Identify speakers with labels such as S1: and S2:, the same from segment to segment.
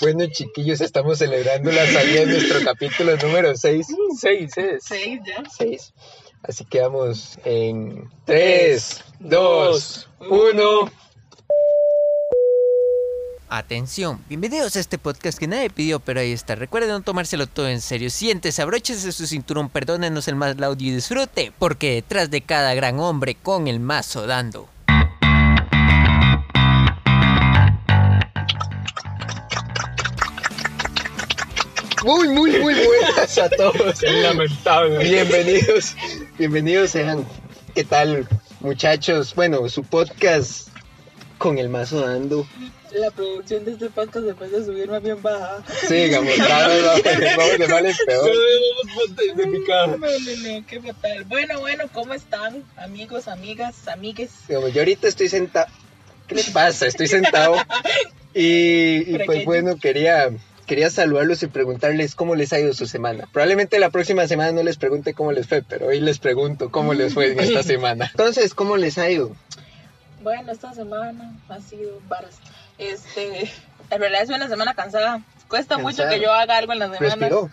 S1: Bueno, chiquillos, estamos celebrando la salida de nuestro capítulo número 6. 6 es.
S2: Seis ya.
S1: 6. Así que vamos en 3, 2, 1.
S3: Atención, bienvenidos a este podcast que nadie pidió, pero ahí está. Recuerden no tomárselo todo en serio. Siéntese, abróchese su cinturón, perdónenos el más laudio y disfrute, porque detrás de cada gran hombre con el mazo dando.
S1: Muy, muy, muy buenas a todos.
S4: Es lamentable.
S1: Bienvenidos, bienvenidos sean. ¿Qué tal, muchachos? Bueno, su podcast con el mazo dando.
S2: La producción de este podcast después de subir más bien baja.
S1: Sí, digamos, claro, vamos, vamos de mal en peor.
S4: de
S2: No, no, no, qué fatal. Bueno, bueno, ¿cómo están? Amigos, amigas, amigues.
S1: Digamos, yo ahorita estoy sentado. ¿Qué les pasa? Estoy sentado. Y, y, pues
S2: Pequeño.
S1: bueno, quería, quería saludarlos y preguntarles cómo les ha ido su semana. Probablemente la próxima semana no les pregunte cómo les fue, pero hoy les pregunto cómo les fue en esta semana. Entonces, ¿cómo les ha ido?
S2: Bueno, esta semana ha sido varas. Este, en realidad es una semana cansada. Cuesta mucho
S1: Cansada.
S2: que yo haga algo en la semana.
S1: Respiró,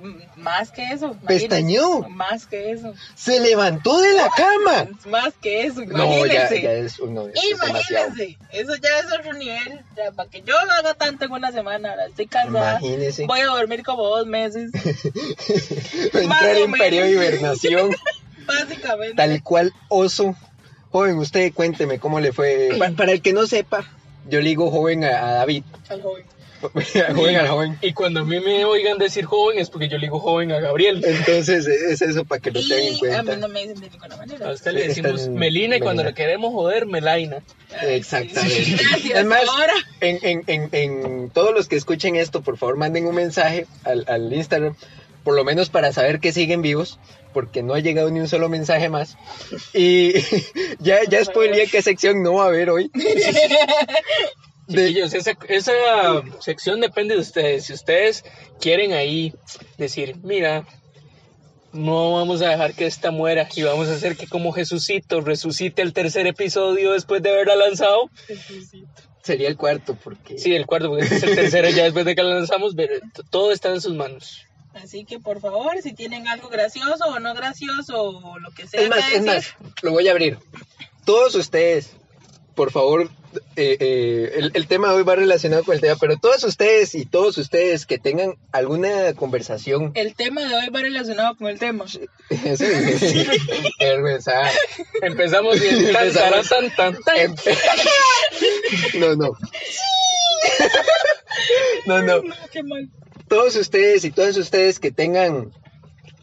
S2: Mm, Más que eso. imagínense.
S1: pestañó,
S2: Más que eso.
S1: se levantó de la cama.
S2: Más que eso.
S1: No, ya,
S2: Imagínense.
S1: ya es uno de demasiado.
S2: Imagínense, eso ya es otro nivel. Ya, para que yo no haga tanto en una semana, ahora estoy cansada.
S1: Imagínese.
S2: Voy a dormir como dos meses,
S1: Entrar
S2: o
S1: en periodo de
S2: menos.
S1: hibernación,
S2: básicamente.
S1: tal cual oso. Joven, usted cuénteme cómo le fue. Pa- Para el que no sepa, yo le digo joven a, a David.
S2: Al joven.
S1: joven al joven.
S4: Y cuando a mí me oigan decir joven es porque yo le digo joven a Gabriel.
S1: Entonces, es eso para que lo tengan en
S2: Y a mí
S1: cuenta.
S2: no me dicen de ninguna
S4: A
S2: manera.
S4: usted le decimos
S1: Están-
S4: Melina y cuando
S1: Melina.
S4: le queremos joder, Melaina.
S1: Exactamente.
S2: Sí, Gracias.
S1: Es más,
S2: ahora.
S1: en, en- en- en todos los que escuchen esto, por favor, manden un mensaje al, al Instagram, por lo menos para saber que siguen vivos, porque no ha llegado ni un solo mensaje más. Y ya, ya spoileé qué sección no va a haber hoy. De-
S4: Chiquillos, esa, esa sección depende de ustedes. Si ustedes quieren ahí decir, mira, no vamos a dejar que esta muera y vamos a hacer que como Jesucito resucite el tercer episodio después de haberla lanzado.
S1: sería el cuarto, porque...
S4: Sí, el cuarto, porque este es el tercero ya después de que la lanzamos, pero t- todo está en sus manos.
S2: Así que por favor, si tienen algo gracioso o no gracioso o lo que sea,
S1: Es más,
S2: que
S1: es
S2: decir,
S1: más, lo voy a abrir. Todos ustedes, por favor, eh, eh, el, el tema de hoy va relacionado con el tema, pero todos ustedes y todos ustedes que tengan alguna conversación,
S2: el tema de hoy va relacionado con el tema.
S1: Sí, qué vergüenza.
S4: Empezamos bien. Tan, tarán,
S1: Empezamos.
S4: tan, tan, tan.
S1: Em- No, no. No, no.
S2: Qué mal.
S1: Todos ustedes y todas ustedes que tengan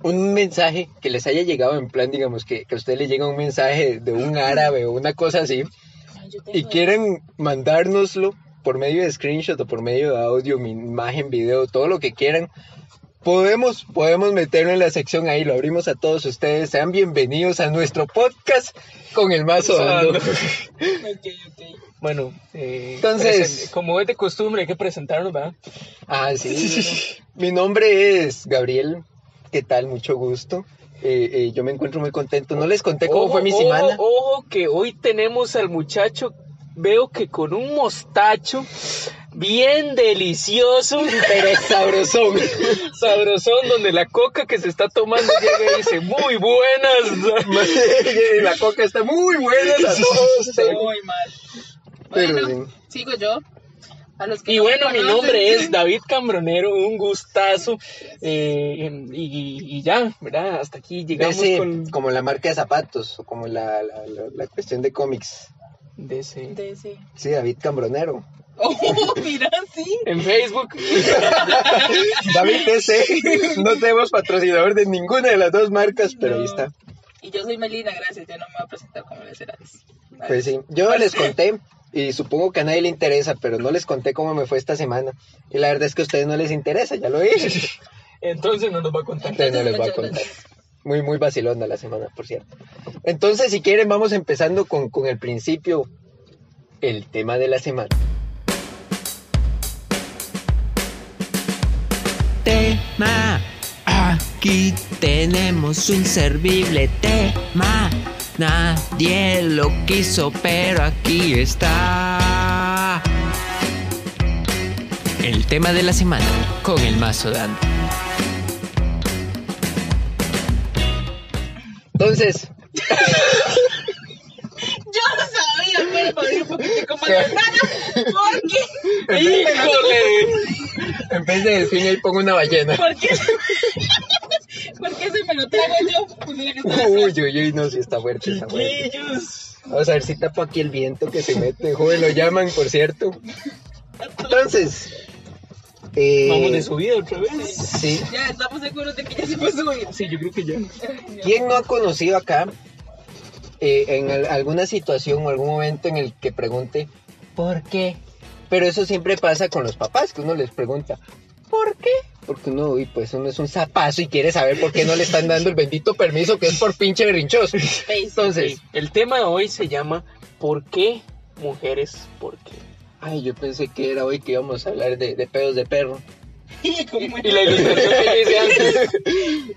S1: un mensaje que les haya llegado en plan, digamos, que, que a usted le llega un mensaje de un árabe o una cosa así,
S2: Ay, yo tengo
S1: y quieren mandárnoslo por medio de screenshot o por medio de audio, mi imagen, video, todo lo que quieran, podemos, podemos meterlo en la sección ahí, lo abrimos a todos ustedes. Sean bienvenidos a nuestro podcast con el mazo dando.
S2: Ok, ok.
S4: Bueno, eh,
S1: Entonces-
S4: presen- como es de costumbre, hay que presentarnos, ¿verdad?
S1: Ah, sí. mi nombre es Gabriel. ¿Qué tal? Mucho gusto. Eh, eh, yo me encuentro muy contento. No les conté cómo
S4: Ojo,
S1: fue mi
S4: ojo,
S1: semana.
S4: Ojo, que hoy tenemos al muchacho, veo que con un mostacho bien delicioso,
S1: Pero sabrosón.
S4: sabrosón, donde la coca que se está tomando llega y dice, muy buenas.
S1: La coca está muy buena a todos.
S2: Muy mal.
S1: Pero
S2: Bueno,
S1: sí.
S2: sigo yo. A los que
S4: Y
S2: no me
S4: bueno, mi
S2: conocen.
S4: nombre es David Cambronero, un gustazo. eh, y, y- y ya, ¿verdad? Hasta aquí llegamos
S1: Ese,
S4: con...
S1: Como la marca de zapatos o como la, la- la- la cuestión de cómics.
S4: de ese-
S2: De- sí.
S1: Sí, David Cambronero.
S2: Oh, mira, sí.
S4: En Facebook.
S1: David ese. No tenemos patrocinador de ninguna de las dos marcas, pero
S2: No.
S1: ahí está.
S2: Y yo soy Melina, gracias. Yo no me voy a presentar como les era antes. Vale.
S1: Pues sí, yo les conté y supongo que a nadie le interesa, pero no les conté cómo me fue esta semana. Y la verdad es que a ustedes no les interesa, ya lo dije.
S4: Entonces no nos va a contar.
S1: Usted no les va a
S2: Muchas
S1: contar.
S2: gracias.
S1: Muy, muy vacilona la semana, por cierto. Entonces, si quieren, vamos empezando con, con el principio, el tema de la semana.
S3: Tema. Aquí tenemos un servible tema. Nadie lo quiso, pero aquí está. El tema de la semana con el mazo Dan.
S1: Entonces,
S2: Yo no sabía pues, que era para un poquitico más de nada. ¿Por qué?
S4: ¡Híjole!
S1: en vez de delfín ahí pongo una ballena.
S2: ¿Por qué? ¿Por qué se me lo trago yo? Pues, Pudiera que estar
S1: Uy, uy, uy, no, si está fuerte, está fuerte.
S4: Chiquillos.
S1: Vamos a ver si tapo aquí el viento que se mete. Joder, lo llaman, por cierto. Entonces, eh,
S4: Vamos de subida otra vez.
S1: sí.
S2: Ya estamos seguros de que ya se fue suyo.
S4: Sí, yo creo que ya.
S1: ¿Quién no ha conocido acá eh, en al- alguna situación o algún momento en el que pregunte por qué? Pero eso siempre pasa con los papás, que uno les pregunta ¿por qué? Porque uno, uy, pues uno es un zapazo y quiere saber por qué no le están dando el bendito permiso que es por pinche berrinchoso. Entonces,
S4: Sí, el tema de hoy se llama ¿Por qué mujeres? ¿Por qué?
S1: ay, yo pensé que era hoy que íbamos a hablar de, de pedos de perro.
S4: Y la ilustración que yo hice antes.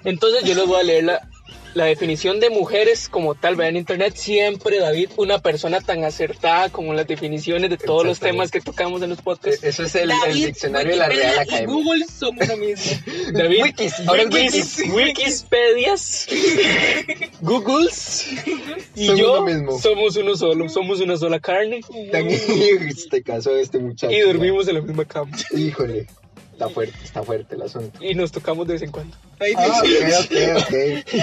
S4: Entonces yo les voy a leer la, la definición de mujeres como tal. Vean en internet siempre, David, una persona tan acertada como las definiciones de todos los temas que tocamos en los podcasts.
S1: E-, Eso es el, el diccionario de la Real
S2: y
S1: Academia.
S2: Google son uno mismo.
S4: David,
S1: Wikis,
S4: ahora
S1: Wikis.
S4: Wikis, Wikipedias, Googles y
S1: Son
S4: yo
S1: uno mismo.
S4: somos uno solo, somos una sola carne
S1: Tan- este caso de este muchacho.
S4: y dormimos en la misma cama
S1: Híjole, está fuerte, está fuerte el asunto.
S4: y nos tocamos de vez en cuando.
S1: Ah, ok, ok, ok.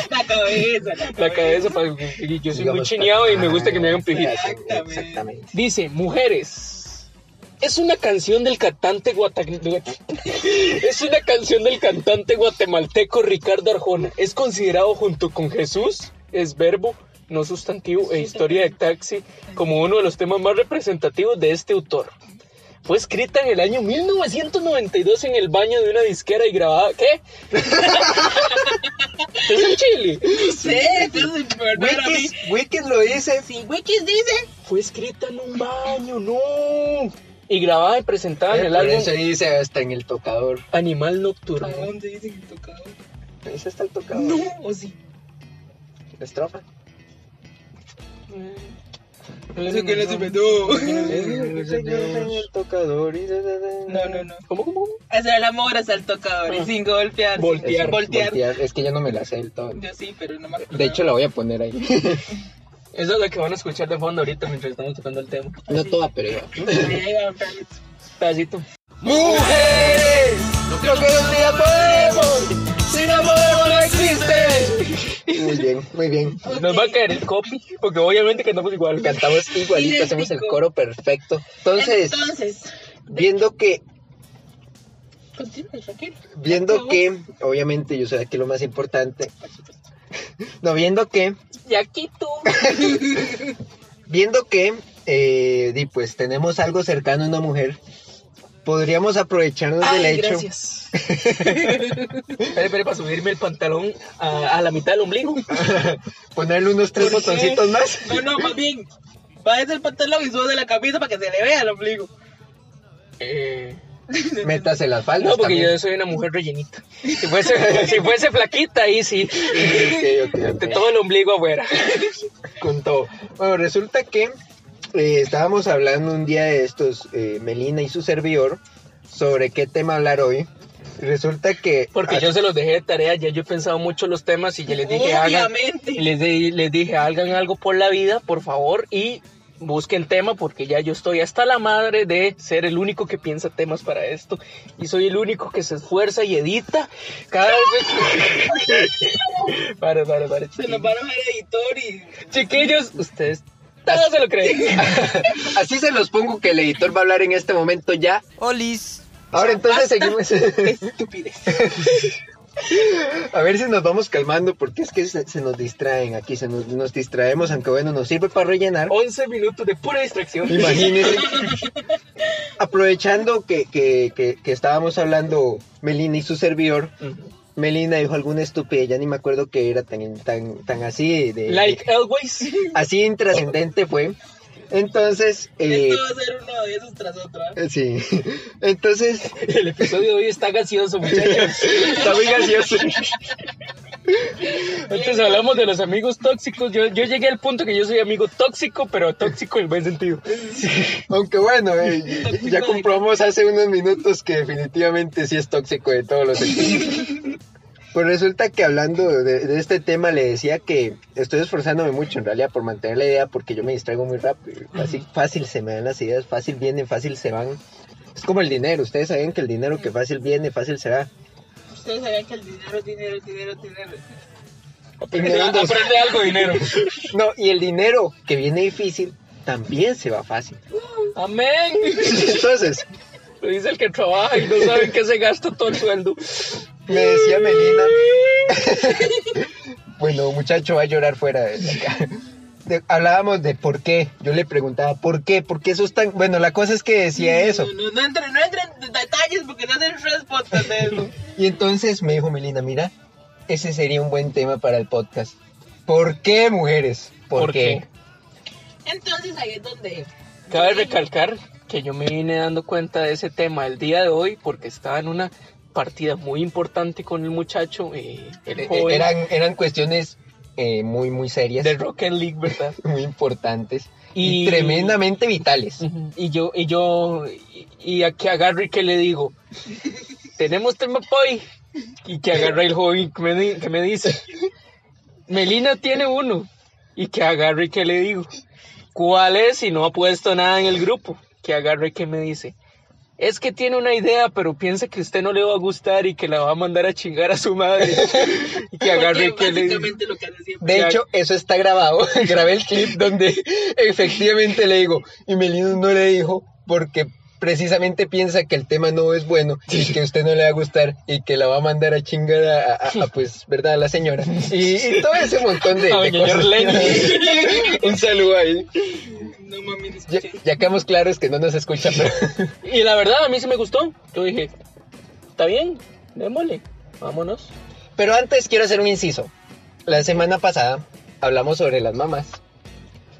S2: La cabeza, la
S4: La
S2: cabeza.
S4: cabeza, para, y yo soy muy
S1: Digamos,
S4: chineado y me gusta que me hagan pijita.
S1: Exactamente. Exactamente.
S4: Dice, mujeres. Es una canción del cantante guatemalteco. Es una canción del cantante guatemalteco Ricardo Arjona. Es considerado junto con Jesús, es verbo, no sustantivo, e historia de taxi, como uno de los temas más representativos de este autor. Fue escrita en el año 1992 en el baño de una disquera y grabada. ¿Qué? es en Chile.
S2: Sí, entonces, perdón a mí.
S1: Wikis, Wikis lo dice.
S2: Sí, Wikis dice.
S4: Fue escrita en un baño, no. Y grabada y presentada Ah,
S2: Eh,
S4: en el
S1: Por
S4: álbum
S1: eso dice hasta en el tocador.
S4: Animal
S2: ¿A
S4: Nocturno.
S2: dónde dice que tocaba?
S1: Ese está el tocador.
S2: No, o sí.
S1: La estrofa. el tocador. y da, da, da.
S2: No, no, no.
S4: ¿Cómo, cómo?
S2: Hacer el amor hasta el tocador y sin golpear.
S4: Voltear.
S2: Sin voltear.
S1: Ah. Voltear, Es que yo no me la sé del todo.
S2: Yo sí, pero no me acuerdo.
S1: De hecho, la voy a poner ahí.
S4: Eso es lo que van a escuchar de fondo ahorita mientras estamos tocando el tema.
S1: No toda, pero ya.
S2: Ahí va, Carlitos.
S4: Pedacito.
S1: ¡Mujeres! ¡Lo que nos podemos! ¡Sin amor no existe! Muy bien, muy bien.
S4: Nos va a caer el copy, porque obviamente cantamos igual.
S1: Cantamos igualito, hacemos el coro perfecto. Entonces,
S2: Entonces,
S1: viendo que,
S2: continúe, tranquilo.
S1: viendo que, obviamente yo soy aquí lo más importante. No, viendo que,
S2: Y aquí tú.
S1: viendo que, eh, di, pues tenemos algo cercano a una mujer, podríamos aprovecharnos del
S4: Ay,
S1: hecho.
S4: gracias. Espera, espera, para subirme el pantalón a, a la mitad del ombligo.
S1: Ponerle unos tres
S2: ¿Por qué?
S1: botoncitos más.
S2: No, no, más bien. Bájese el pantalón y sube la camisa para que se le vea el ombligo.
S4: Eh,
S1: Métase las faldas.
S4: Ah, no, porque
S1: también.
S4: yo soy una mujer rellenita. Si fuese, si fuese flaquita, ahí sí.
S1: Ok, ok, ok.
S4: De todo el ombligo afuera.
S1: con todo. Bueno, resulta que eh, estábamos hablando un día de estos, eh, Melina y su servidor, sobre qué tema hablar hoy. Resulta que...
S4: Porque
S1: ah,
S4: yo se los dejé de tarea, ya yo he pensado mucho los temas y ya les dije, hagan,
S2: Obviamente.
S4: y les, di- les dije, hagan algo por la vida, por favor, y busquen tema, porque ya yo estoy hasta la madre de ser el único que piensa temas para esto, y soy el único que se esfuerza y edita cada vez que... para, para, para,
S2: Se nos
S4: chiquillos.
S2: va a bajar el editor y.
S4: Chiquillos, ustedes todos se lo creen.
S1: Así se los pongo que el editor va a hablar en este momento ya.
S3: Olis.
S1: Ahora entonces seguimos...
S2: Estupidez.
S1: a ver si nos vamos calmando porque es que se, se nos distraen aquí, se nos, nos distraemos, aunque bueno, nos sirve para rellenar.
S4: 11 minutos de pura distracción.
S1: Imagínense. Aprovechando que, que- que- que estábamos hablando Melina y su servidor,
S4: Mm.
S1: Melina dijo alguna estupidez, ya ni me acuerdo que era tan, tan, tan así, de,
S4: Like always.
S1: así intrascendente fue. Entonces, eh,
S2: Esto va a ser uno de esos tras otro. ¿eh?
S1: eh, sí, entonces,
S4: El episodio de hoy está gaseoso, muchachos.
S1: está muy gracioso.
S4: Antes hablamos de los amigos tóxicos. Yo, yo llegué al punto que yo soy amigo tóxico, pero tóxico en buen sentido.
S1: Aunque bueno, eh, ya
S4: de-
S1: comprobamos hace unos minutos que definitivamente sí es tóxico de todos los sentidos. Pues resulta que hablando de, de este tema le decía que estoy esforzándome mucho en realidad por mantener la idea porque yo me distraigo muy rápido. Fácil, fácil se me dan las ideas, fácil vienen, fácil se van. Es como el dinero, ustedes saben que el dinero que fácil viene, fácil se va.
S2: Ustedes sabían que el dinero, dinero, dinero, dinero.
S4: Aprende, aprende algo, dinero.
S1: No, y el dinero que viene difícil también se va fácil.
S4: Amén.
S1: Entonces,
S4: Lo dice el que trabaja y no sabe en qué se gasta todo el sueldo.
S1: me decía Melina. bueno, muchacho va a llorar fuera de la ca- de- Hablábamos de por qué. Yo le preguntaba, ¿por qué? ¿Por qué sos tan.? Bueno, la cosa es que decía eso.
S2: No, no, no entren no entren en detalles porque no hacen respuesta de eso.
S1: Y entonces me dijo Melina, mira, ese sería un buen tema para el podcast. ¿Por qué, mujeres? ¿Por,
S4: ¿Por
S1: qué?
S2: Entonces ahí es donde.
S4: Cabe recalcar que yo me vine dando cuenta de ese tema el día de hoy porque estaba en una partida muy importante con el muchacho, eh, el
S1: E-
S4: joven
S1: Eran, eran cuestiones eh, muy, muy serias,
S4: de Rocket League, ¿verdad?
S1: muy importantes y,
S4: Y-
S1: tremendamente vitales.
S4: Ujú, Y yo, y yo, y, y a que agarre y que le digo, tenemos tema hoy. Y que agarre el joven que me, di- que me dice, Melina tiene uno. Y que agarre y que le digo, ¿cuál es? Y no ha puesto nada en el grupo. Que agarre y que me dice, es que tiene una idea, pero piensa que a usted no le va a gustar y que la va a mandar a chingar a su madre. Y que agarre y
S2: Porque
S4: que le digo.
S2: básicamente lo que hace siempre.
S1: De
S4: Ya.
S1: hecho, eso está grabado. Grabé el clip donde efectivamente le digo, y Melino no le dijo porque precisamente piensa que el tema no es bueno y que a usted no le va a gustar y que la va a mandar a chingar a, a- a, pues, ¿verdad? A la señora. Y, y todo ese montón de,
S4: A
S1: de
S4: doña
S1: cosas.
S4: Yorleni.
S1: Un saludo ahí.
S2: No mami, no
S1: Ya,
S2: escuché.
S1: ya quedamos claros que no nos escucha, pero...
S4: Y la verdad, a mí sí me gustó. Yo dije, está bien, démosle, vámonos.
S1: Pero antes quiero hacer un inciso. La semana pasada hablamos sobre las mamás.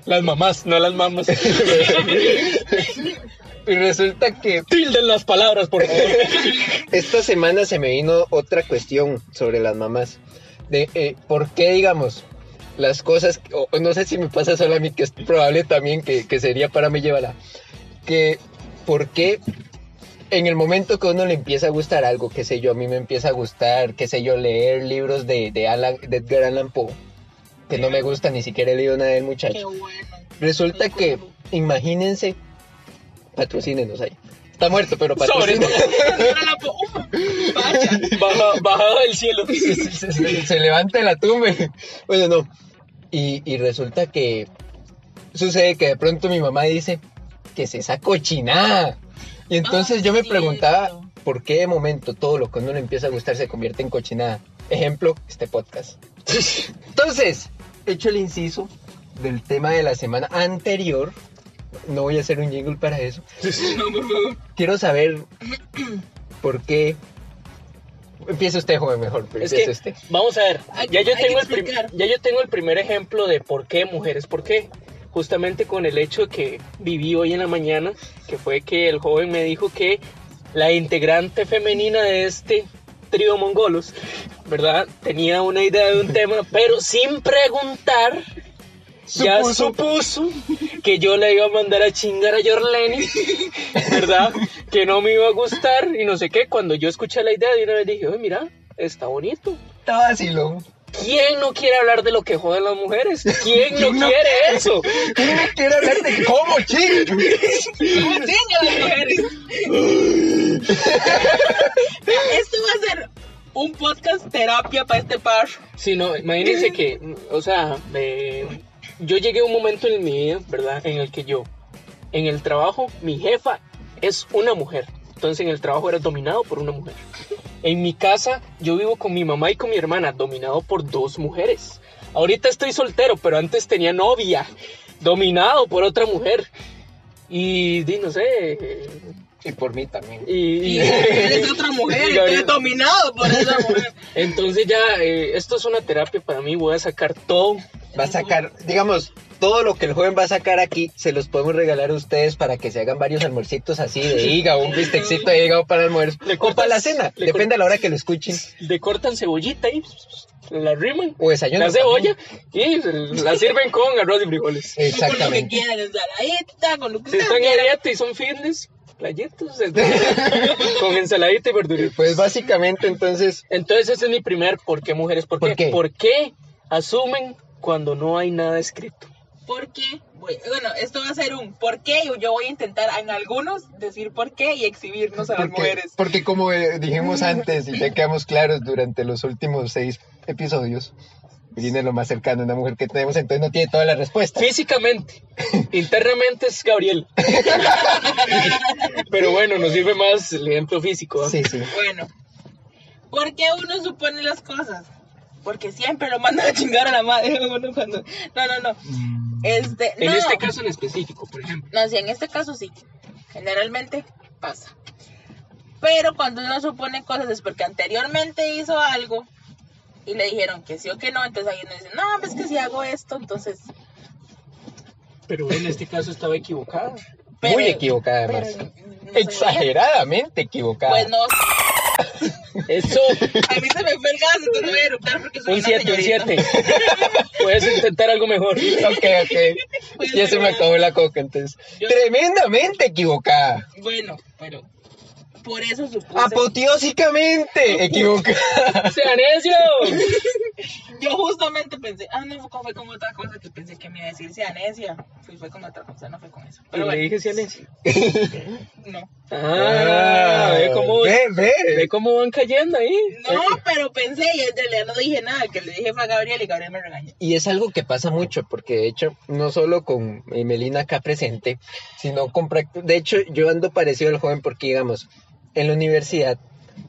S4: Las mamás, no las mamas.
S1: Y resulta que
S4: Tilden las palabras, por favor.
S1: Esta semana se me vino otra cuestión sobre las mamás. De eh, por qué, digamos, las cosas. o- o no sé si me pasa solo a mí, que es probable también que, que sería para mí llevarla. Que por qué en el momento que a uno le empieza a gustar algo, qué sé yo, a mí me empieza a gustar, qué sé yo, leer libros de, de, Alan, de Edgar Allan Poe, que no me gusta ni siquiera he leído nada del muchacho.
S2: Qué bueno.
S1: Resulta que, imagínense, patrocínenos ahí. Está muerto, pero
S4: Sobre
S1: patrocínenos.
S2: Ahora la po- ¡Uf! Vaya.
S4: Baja- bajado del cielo.
S1: se, se- se- se levanta de la tumba. Bueno, no. Y, y resulta que sucede que de pronto mi mamá dice que es esa cochinada. Y entonces
S2: Ah,
S1: yo me
S2: cierto.
S1: preguntaba por qué de momento todo lo que a uno le empieza a gustar se convierte en cochinada. Ejemplo, este podcast. Entonces, hecho el inciso del tema de la semana anterior, no voy a hacer un jingle para eso.
S2: No, por favor.
S1: Quiero saber por qué. Empieza usted, joven, mejor. pero
S4: Es
S1: empiece
S4: que,
S1: usted.
S4: vamos a ver,
S2: Hay-
S4: ya yo,
S2: hay que
S4: tengo el prim-
S2: explicar.
S4: ya yo tengo el primer ejemplo de por qué mujeres, por qué. Justamente con el hecho que viví hoy en la mañana, que fue que el joven me dijo que la integrante femenina de este trío mongolos, ¿verdad? Tenía una idea de un tema, pero sin preguntar, ya supuso que yo le iba a mandar a chingar a Jorleni, ¿verdad? Que no me iba a gustar y no sé qué. Cuando yo escuché la idea de una vez dije, oye, mira, está bonito.
S1: Está vacilón.
S4: ¿Quién no quiere hablar de lo que joden las mujeres? ¿Quién no quiere eso?
S1: ¿Quién me quiere hablar de cómo, ching?
S2: ¿Cómo chingan las mujeres? Esto va a ser un podcast terapia para este par.
S4: Sí, no, imagínense que, o sea, me- yo llegué a un momento en mi vida, ¿verdad? En el que yo, en el trabajo, mi jefa es una mujer. Entonces en el trabajo era dominado por una mujer. En mi casa yo vivo con mi mamá y con mi hermana, dominado por dos mujeres. Ahorita estoy soltero, pero antes tenía novia, dominado por otra mujer. Y, di, no sé,
S1: Y por mí también.
S4: y...
S2: Y eres otra mujer,
S4: y Gabriel-
S2: eres dominado por esa mujer.
S4: entonces ya, eh, esto es una terapia para mí, voy a sacar todo
S1: va a sacar, digamos, todo lo que el joven va a sacar aquí, se los podemos regalar a ustedes para que se hagan varios almuercitos así de hígado, un bistecito de hígado para almuerzo.
S4: Le
S1: o para la
S4: cortas-
S1: cena,
S4: le
S1: depende
S4: cortas-
S1: a la hora que lo escuchen.
S4: Le cortan cebollita y la riman.
S1: O desayuno.
S4: La cebolla y la sirven con arroz y frijoles.
S1: también.
S2: Con lo que
S1: Exactamente.
S2: quieran, ensaladita, con lo que
S4: Si
S2: ustedes
S4: están en
S2: quieran.
S4: dieta y son fitness, playetos, con ensaladita y verdurita.
S1: Pues básicamente entonces,
S4: Entonces ese es mi primer por qué mujeres, por qué.
S1: ¿Por qué?
S4: ¿Por qué asumen cuando no hay nada escrito?
S2: ¿Por qué? Voy- Bueno, esto va a ser un por qué. y Yo voy a intentar en algunos decir por qué y exhibirnos a las
S1: porque,
S2: mujeres.
S1: porque como eh, dijimos antes y ya quedamos claros durante los últimos seis episodios, viene lo más cercano a una mujer que tenemos, entonces no tiene todas las respuestas.
S4: Físicamente, internamente es Gabriel. Pero bueno, nos sirve más el ejemplo físico. ¿eh?
S1: Sí, sí.
S2: Bueno, ¿por qué uno supone las cosas? Porque siempre lo mandan a chingar a la madre a uno cuando... No, no, no. Este,
S4: Mm. En
S2: no.
S4: este caso en específico, por ejemplo.
S2: No, sí, en este caso sí. Generalmente pasa. Pero cuando uno supone cosas es porque anteriormente hizo algo y le dijeron que sí o que no. Entonces ahí uno dice, no, pues que si hago esto, entonces...
S4: Pero en este caso estaba equivocada.
S2: pero-
S1: Muy equivocada
S2: pero
S1: además.
S2: no sabía.
S1: Exageradamente equivocada.
S2: Pues no, a
S4: Eso,
S2: mí se me fue el gas, entonces voy a eructar porque soy
S4: un
S2: una
S4: 7, un
S2: señorita.
S4: 7. Puedes intentar algo mejor.
S1: Ok, ok. Ya se me acabó la coca, entonces.
S2: Pues Yo-
S1: Tremendamente equivocada.
S2: Bueno, pero por eso supuse.
S4: Ah, pues.
S1: Apoteósicamente equivocada.
S4: ¡Sea necio!
S2: Yo justamente pensé, ah, no, fue como otra cosa que pensé que me iba a decir, sea necia. Fui, fue como otra cosa, no fue con eso. Pero
S4: Pero le
S2: bueno,
S4: dije sea necio.
S2: no.
S4: Ah, ve cómo,
S1: Ve, ve.
S4: ve cómo van cayendo ahí.
S2: No, pero pensé y en realidad no dije nada. El que le dije fue a Gabriel y Gabriel me regañó.
S1: Y es algo que pasa mucho, porque de hecho, no solo con eh, Melina acá presente, sino con... práct- De hecho, yo ando parecido al joven porque, digamos, en la universidad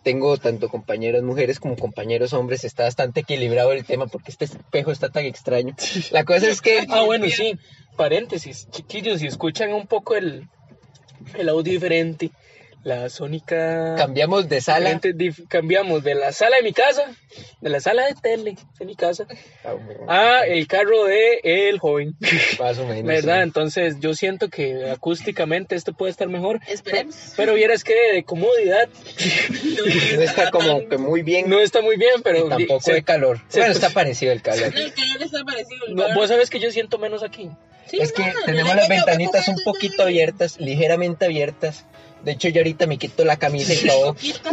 S1: tengo tanto compañeras mujeres como compañeros hombres. Está bastante equilibrado el tema porque este espejo está tan extraño. La cosa es que...
S4: Ah, bueno, sí. Paréntesis, chiquillos, si escuchan un poco el, el audio diferente, la sónica...
S1: Cambiamos de sala.
S4: diferente, dif- cambiamos de la sala de mi casa, de la sala de tele de mi casa,
S1: Ah,
S4: a el carro de el joven.
S1: Más o menos.
S4: ¿Verdad?
S1: sí.
S4: Entonces yo siento que acústicamente esto puede estar mejor.
S2: Esperemos.
S4: Pero vieras que de comodidad
S1: No está como que muy bien,
S4: no está muy bien, pero...
S1: y tampoco
S4: se-
S1: de calor.
S4: se- pues
S1: bueno, está parecido el calor.
S2: No, el calor está parecido. el
S4: no,
S2: calor-
S4: vos sabes que yo siento menos aquí.
S2: Sí,
S1: pues, es que
S2: no,
S1: tenemos
S2: no,
S1: las
S2: no, no,
S1: ventanitas
S2: no,
S1: un
S2: no,
S1: poquito
S2: no, no,
S1: abiertas, ligeramente abiertas. De hecho, yo ahorita me quito la camisa y todo.
S2: poquito.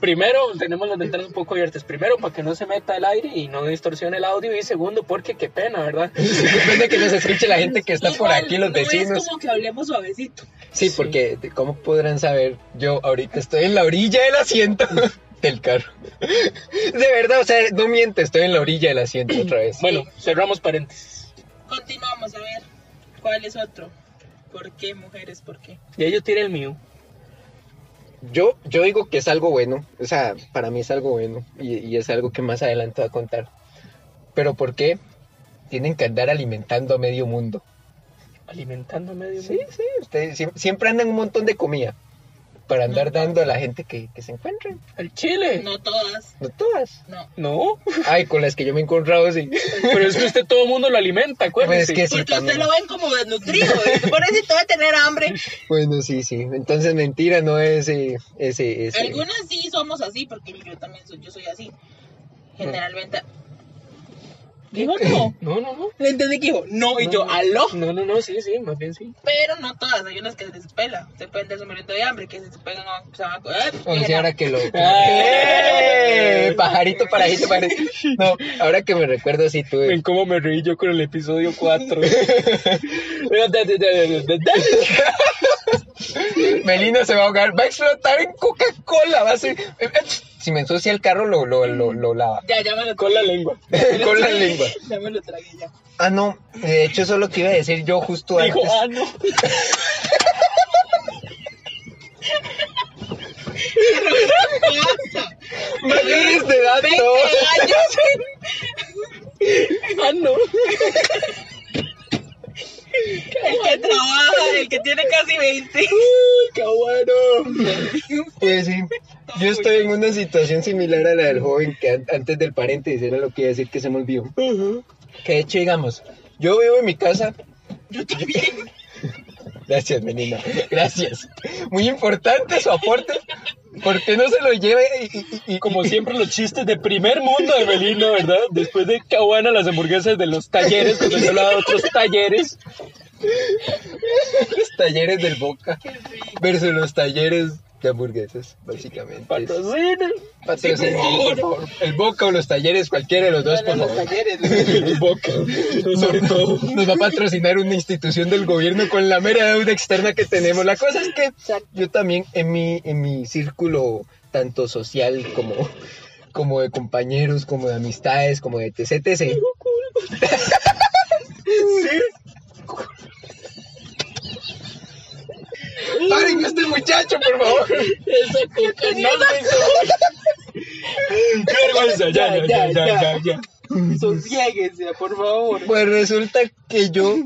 S4: Primero, tenemos las ventanas un poco abiertas. Primero, para que no se meta el aire y no distorsione el audio. Y segundo, porque qué pena, ¿verdad?
S1: Depende que nos escuche la gente que está por
S2: Igual,
S1: aquí, los
S2: no
S1: vecinos.
S2: Es como que hablemos suavecito.
S1: Sí, porque ¿cómo podrán saber? Yo ahorita estoy en la orilla del asiento del carro. De verdad, o sea, no miente, estoy en la orilla del asiento otra vez.
S4: Bueno, cerramos paréntesis.
S2: Continuamos a ver cuál es otro. ¿Por qué, mujeres? ¿Por qué?
S4: Ya yo tiré el mío.
S1: Yo, yo digo que es algo bueno, o sea, para mí es algo bueno y, y es algo que más adelante voy a contar. Pero ¿por qué tienen que andar alimentando a medio mundo?
S4: Alimentando a medio
S1: Sí,
S4: mundo.
S1: sí, ustedes siem- siempre andan un montón de comida para andar dando a la gente que, que se encuentren,
S4: Al chile.
S2: No todas,
S1: no todas.
S2: no.
S4: No.
S1: Ay, con las que yo me he encontrado, sí.
S4: Pero es que usted todo el mundo lo alimenta, acuérdese.
S1: Pues es Sí,
S2: Porque usted
S1: también.
S2: lo ven como desnutrido. y Por eso te va a tener hambre.
S1: Bueno, sí, sí. Entonces, mentira, no es eh, ese... ese.
S2: Algunas sí somos así, porque yo también soy, yo soy así.
S1: Mm.
S2: Generalmente. Dijo no.
S4: No, no, no.
S2: Le entendí que dijo no, y
S4: No,
S2: yo
S4: no.
S2: aló.
S4: No, no, no, sí, sí, más bien sí.
S2: Pero no todas, hay unas que se pela. Se pueden estar muriendo de hambre, que se pegan a. Se van a eh,
S1: O sea,
S2: mira.
S1: ahora que lo...
S4: Ay.
S1: ¡Eh! Pajarito, parajito, parajito. No, ahora que me recuerdo, sí, tuve...
S4: Ven cómo me reí yo con el episodio 4.
S1: Melina se va a ahogar, va a explotar en Coca-Cola, va a ser... eh, Si me ensucia el carro, lo, lo, lo, lo lava.
S2: Ya, ya me lo
S4: con la lengua.
S1: Con la lengua.
S2: Ya me lo tragué ya.
S1: Ah, no, de hecho, eso es lo que iba a decir yo justo
S4: Dijo,
S1: antes.
S4: ah, no.
S1: Mayores de edad,
S2: 20
S1: no.
S2: años.
S4: Ah, no.
S2: El que trabaja, el que tiene casi 20.
S4: Qué bueno.
S1: Pues sí. Yo estoy en una situación similar a la del joven que an- antes del paréntesis era lo que iba a decir que se me olvidó. Que de hecho, digamos, yo vivo en mi casa.
S2: Yo también.
S1: Gracias, menina. Gracias. Muy importante su aporte. ¿Por qué no se lo lleve? Y, y- y-
S4: Como siempre, los chistes de primer mundo de Belino, ¿verdad? Después de Caguana, las hamburguesas de los talleres, cuando se habla de otros talleres.
S1: los talleres del Boca versus los talleres de hamburguesas, básicamente.
S4: Patrocina.
S1: Patrocinio, por favor. El Boca o los talleres, cualquiera de los dos, por favor.
S4: El Boca. Sobre todo.
S1: Nos va a patrocinar una institución del gobierno con la mera deuda externa que tenemos. La cosa es que yo también en mi, en mi círculo tanto social como, como de compañeros, como de amistades, como de etc. etc. Sí. Paren a este muchacho, por favor.
S4: Esa coca no me hizo- Qué vergüenza. Ya, ya, ya, ya, ya. ya.
S2: Sosiéguense, por favor.
S1: Pues resulta que yo,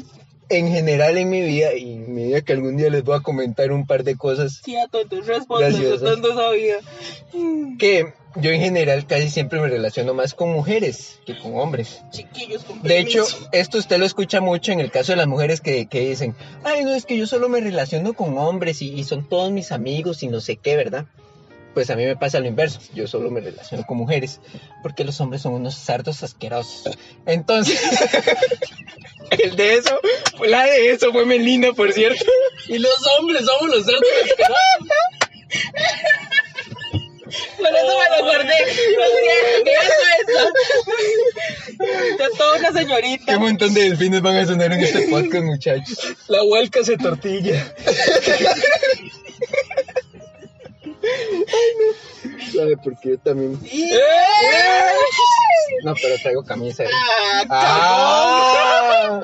S1: en general en mi vida, y me diga que algún día les voy a comentar un par de cosas
S2: Quieto, tú respondes,
S1: Gracioso.
S2: yo tanto sabía.
S1: que yo en general casi siempre me relaciono más con mujeres que con hombres.
S2: Chiquillos, con
S1: De hecho,
S2: permiso.
S1: esto usted lo escucha mucho en el caso de las mujeres que, que dicen, ay, no, es que yo solo me relaciono con hombres y, y son todos mis amigos y no sé qué, ¿verdad? Pues a mí me pasa lo inverso, yo solo me relaciono con mujeres, porque los hombres son unos sardos asquerosos. Entonces, el de eso, la de eso fue Melina, por cierto.
S4: Y los hombres somos los cerdos
S2: Por eso me lo guardé. Porque que eso, eso. Ya toda una
S1: Qué
S2: señorita.
S1: montón de delfines van a sonar en este podcast, muchachos.
S4: La huelca se tortilla.
S1: ¿Sabe por qué también?
S2: Sí.
S1: No, pero traigo camisa. ¿eh?
S2: Ah,
S1: ¡Ah!
S2: cabrón.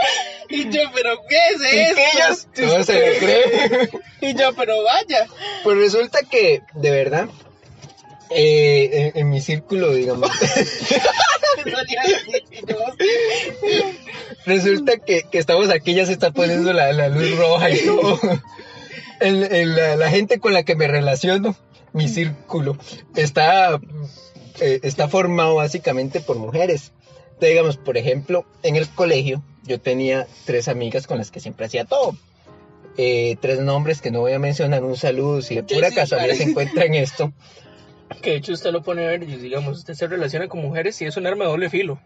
S2: Y yo, pero ¿qué es esto?
S1: No se le cree.
S2: Y yo, pero vaya.
S1: Pues resulta que, de verdad, eh, en, en mi círculo, digamos,
S2: Eso le iba a decir, y yo,
S1: resulta que, que estamos aquí, ya se está poniendo la, la luz roja y todo. El- el- la, la gente con la que me relaciono, mi círculo, está, eh, está formado básicamente por mujeres. Entonces, digamos, por ejemplo, en el colegio yo tenía tres amigas con las que siempre hacía todo. Eh, tres nombres que no voy a mencionar, un saludo, si de
S2: Sí,
S1: pura
S2: sí,
S1: casualidad
S2: claro.
S1: se encuentran esto.
S4: Que de hecho usted lo pone a ver, y digamos, usted se relaciona con mujeres y es un arma de doble filo.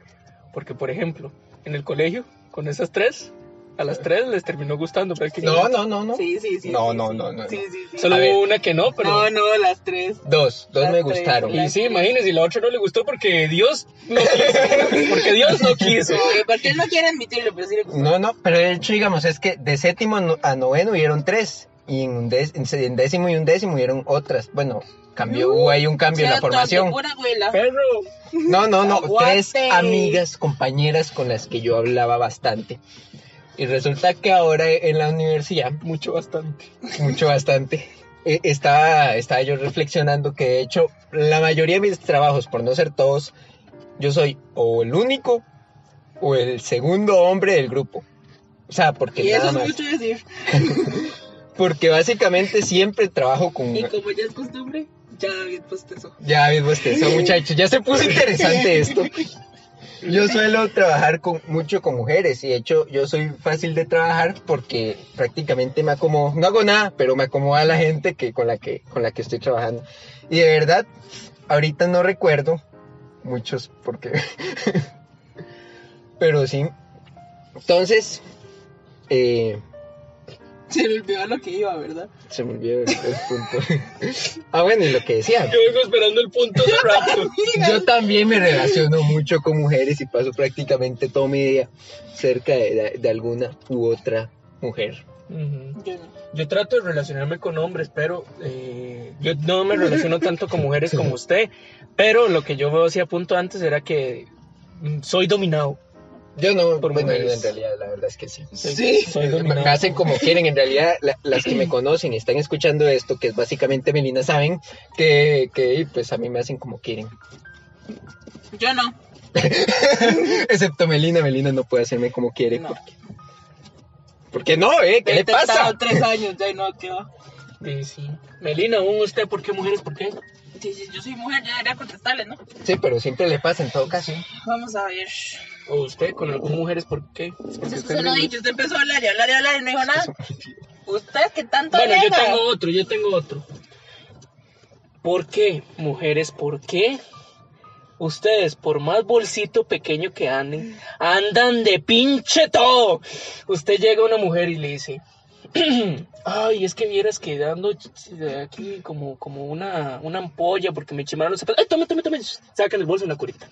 S4: Porque, por ejemplo, en el colegio, con esas tres, a las tres les terminó gustando prácticamente.
S1: No, no, no, no.
S2: Sí, sí, sí.
S1: No,
S2: sí,
S1: no,
S2: sí.
S1: no, no,
S2: Sí,
S1: no.
S2: sí, sí.
S4: Solo
S1: A ver.
S4: hubo una que no, pero...
S2: No, no, las tres.
S1: Dos, dos
S2: Las
S1: me
S2: tres,
S1: gustaron.
S4: Y sí, imagínese, y la otra no le gustó porque Dios no quiso. Porque Dios no quiso.
S2: Eh, Porque él no quiere admitirlo, pero sí le gustó.
S1: No, no, pero de hecho, digamos, es que de séptimo a no- a noveno hubieron tres. Y en, un des- en se- en décimo y un décimo hubieron otras. Bueno, cambió, hubo ahí un cambio en la
S2: Sea tonto,
S1: formación.
S2: pura abuela.
S4: Perro.
S1: No, no, no.
S2: Aguante.
S1: Tres amigas, compañeras con las que yo hablaba bastante. Y resulta que ahora en la universidad,
S4: Mucho bastante.
S1: mucho bastante, eh, estaba, estaba yo reflexionando que de hecho la mayoría de mis trabajos, por no ser todos, yo soy o el único o el segundo hombre del grupo. O sea, porque
S2: Y eso
S1: nada
S2: es
S1: más.
S2: mucho decir.
S1: Porque básicamente siempre trabajo con...
S2: Y como ya es costumbre, ya David postezó.
S1: Ya mismo eso, muchachos, ya se puso interesante esto. Yo suelo trabajar con, mucho con mujeres y de hecho yo soy fácil de trabajar porque prácticamente me acomodo, no hago nada, pero me acomoda la gente que, con, la que, con la que estoy trabajando. Y de verdad, ahorita no recuerdo muchos porque... pero sí. Entonces, eh,
S2: Se le olvidó a lo que iba, ¿verdad?
S1: se me olvidó el, el punto. ah, bueno, y lo que decía.
S4: Yo vengo esperando el punto de rato.
S1: Yo también me relaciono mucho con mujeres y paso prácticamente todo mi día cerca de, de alguna u otra mujer.
S4: Ujú.
S2: Yo no.
S4: Yo trato de relacionarme con hombres, pero eh, yo no me relaciono tanto con mujeres como usted. Pero lo que yo veo hacía punto antes era que mm, soy dominado.
S1: Yo no,
S4: Por
S1: bueno,
S4: mujeres.
S1: en realidad la verdad es que sí.
S4: Soy-
S2: Sí.
S4: Soy dominado.
S1: Me hacen como quieren, en realidad la- las que me conocen y están escuchando esto, que es básicamente Melina, saben que, que pues a mí me hacen como quieren.
S2: Yo no.
S1: Excepto Melina, Melina no puede hacerme como quiere.
S2: No.
S1: Porque, porque no, ¿eh? ¿Qué
S2: He
S1: le
S2: intentado
S1: pasa?
S2: tres años, ya no, ¿qué va?
S4: Sí, sí. Melina, aún usted, ¿por qué mujeres? ¿Por qué?
S2: Si, si yo soy mujer, yo debería contestarle, ¿no?
S1: Sí, pero siempre le pasa en todo caso.
S2: Vamos a ver. Es
S4: O usted con algunas mujeres, ¿por qué?
S2: que usted no ha dicho, usted empezó a hablar y hablar y hablar y no dijo nada. Usted que tanto
S4: Bueno, yo
S2: nega.
S4: tengo otro, yo tengo otro. ¿Por qué, mujeres, por qué? Ustedes, por más bolsito pequeño que anden, andan de pinche todo. Usted llega a una mujer y le dice, ay, es que vieras que dando aquí como, como una, una ampolla porque me chimaron los zapatos. Ay, tome, tome, tome. Sacan el bolso en la curita.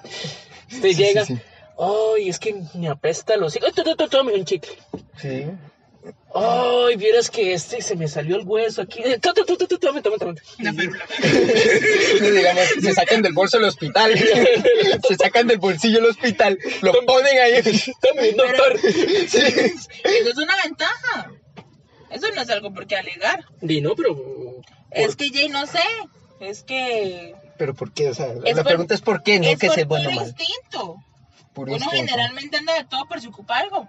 S4: Usted llega,
S1: sí, sí.
S4: ay, es que me apesta los... Ay, to- to- to- tome un chicle.
S1: Sí.
S4: Ay, vieras que este se me salió el hueso aquí. Eh, tu, tu, tu, tu, tu, Tome, tome, tome.
S1: Y digamos, se sacan del bolso el hospital. se sacan del bolsillo el hospital. Lo ponen ahí.
S4: Tome, doctor.
S2: Eso es una ventaja. Eso no es algo por qué alegar.
S4: Di, no, pero. ¿por
S2: Es que Jay no sé. Es que.
S1: Pero ¿por qué? O sea, la
S2: Es por-
S1: pregunta es ¿por qué? No
S2: es
S1: que
S2: por
S1: sea bueno o
S2: puro
S1: mal.
S2: instinto.
S1: Puro
S2: Uno
S1: instinto.
S2: generalmente anda de todo por si ocupa algo.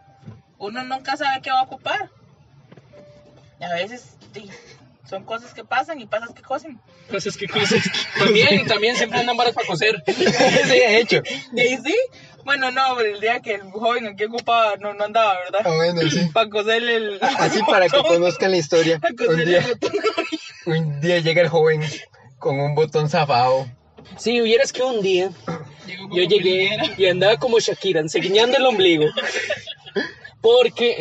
S2: Uno nunca sabe qué va a ocupar. Y a veces sí, son cosas que pasan y pasas que cosen.
S4: Pues es que cosas. También, también siempre andan varas para coser.
S1: sí, de hecho.
S2: Y sí, bueno, no, pero el día que el joven aquí ocupaba no, no andaba, ¿verdad?
S1: Ah, bueno, sí.
S2: Para coserle el.
S1: Así para que pues, conozcan la historia.
S2: Para
S1: Un
S2: coserle
S1: día,
S2: el botón.
S1: un día llega el joven con un botón zafado.
S4: Sí, hubieras que un día
S2: Llegó como
S4: yo llegué y andaba como Shakira, enseñando el ombligo. Porque